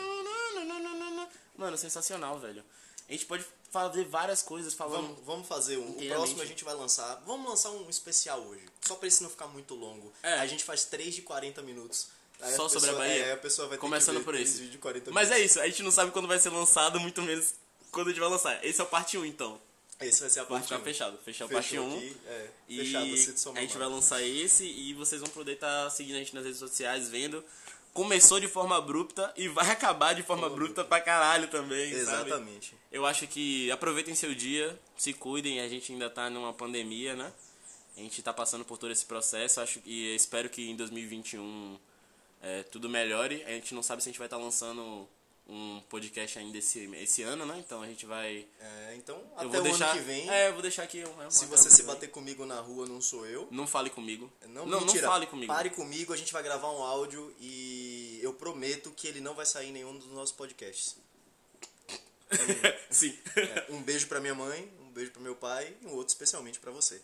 [SPEAKER 1] Mano, sensacional, velho. A gente pode fazer várias coisas falando.
[SPEAKER 2] Vamos, vamos fazer um. O
[SPEAKER 1] Inteiramente.
[SPEAKER 2] próximo a gente vai lançar. Vamos lançar um especial hoje. Só pra esse não ficar muito longo.
[SPEAKER 1] É.
[SPEAKER 2] A gente faz 3 de 40 minutos. Aí
[SPEAKER 1] Só sobre a
[SPEAKER 2] pessoa-
[SPEAKER 1] Bahia?
[SPEAKER 2] É, a pessoa vai ter
[SPEAKER 1] Começando
[SPEAKER 2] que ver
[SPEAKER 1] por
[SPEAKER 2] três
[SPEAKER 1] esse.
[SPEAKER 2] vídeos de 40
[SPEAKER 1] Mas
[SPEAKER 2] minutos.
[SPEAKER 1] é isso, a gente não sabe quando vai ser lançado, muito menos quando a gente vai lançar. Esse é o parte 1, então.
[SPEAKER 2] Esse vai ser a
[SPEAKER 1] Vai
[SPEAKER 2] parte
[SPEAKER 1] ficar
[SPEAKER 2] 1.
[SPEAKER 1] fechado. Fechou a
[SPEAKER 2] Fechou
[SPEAKER 1] Então, parte 1.
[SPEAKER 2] aqui, é.
[SPEAKER 1] E
[SPEAKER 2] Fechado, Cid
[SPEAKER 1] a
[SPEAKER 2] Somamar.
[SPEAKER 1] gente vai lançar esse e vocês vão poder estar seguindo a gente nas redes sociais, vendo. Começou de forma abrupta e vai acabar de forma abrupta pra caralho também, sabe?
[SPEAKER 2] Exatamente.
[SPEAKER 1] Eu acho que aproveitem seu dia, se cuidem, a gente ainda tá numa pandemia, né? A gente tá passando por todo esse processo, acho e espero que em 2021 é, tudo melhore. A gente não sabe se a gente vai estar lançando um podcast ainda esse, esse ano, né? Então a gente vai.
[SPEAKER 2] É, então,
[SPEAKER 1] eu
[SPEAKER 2] até
[SPEAKER 1] vou
[SPEAKER 2] o
[SPEAKER 1] deixar,
[SPEAKER 2] ano que vem,
[SPEAKER 1] É, eu vou deixar aqui. um- é, um até
[SPEAKER 2] se você
[SPEAKER 1] ano
[SPEAKER 2] se
[SPEAKER 1] que vem.
[SPEAKER 2] bater comigo na rua, não sou eu.
[SPEAKER 1] Não fale comigo.
[SPEAKER 2] Não,
[SPEAKER 1] não,
[SPEAKER 2] mentira.
[SPEAKER 1] fale comigo.
[SPEAKER 2] Pare comigo, a gente vai gravar um áudio e eu prometo que ele não vai sair em nenhum dos nossos podcasts.
[SPEAKER 1] Sim.
[SPEAKER 2] É. Um beijo pra minha mãe, um beijo pra meu pai e um outro especialmente pra você.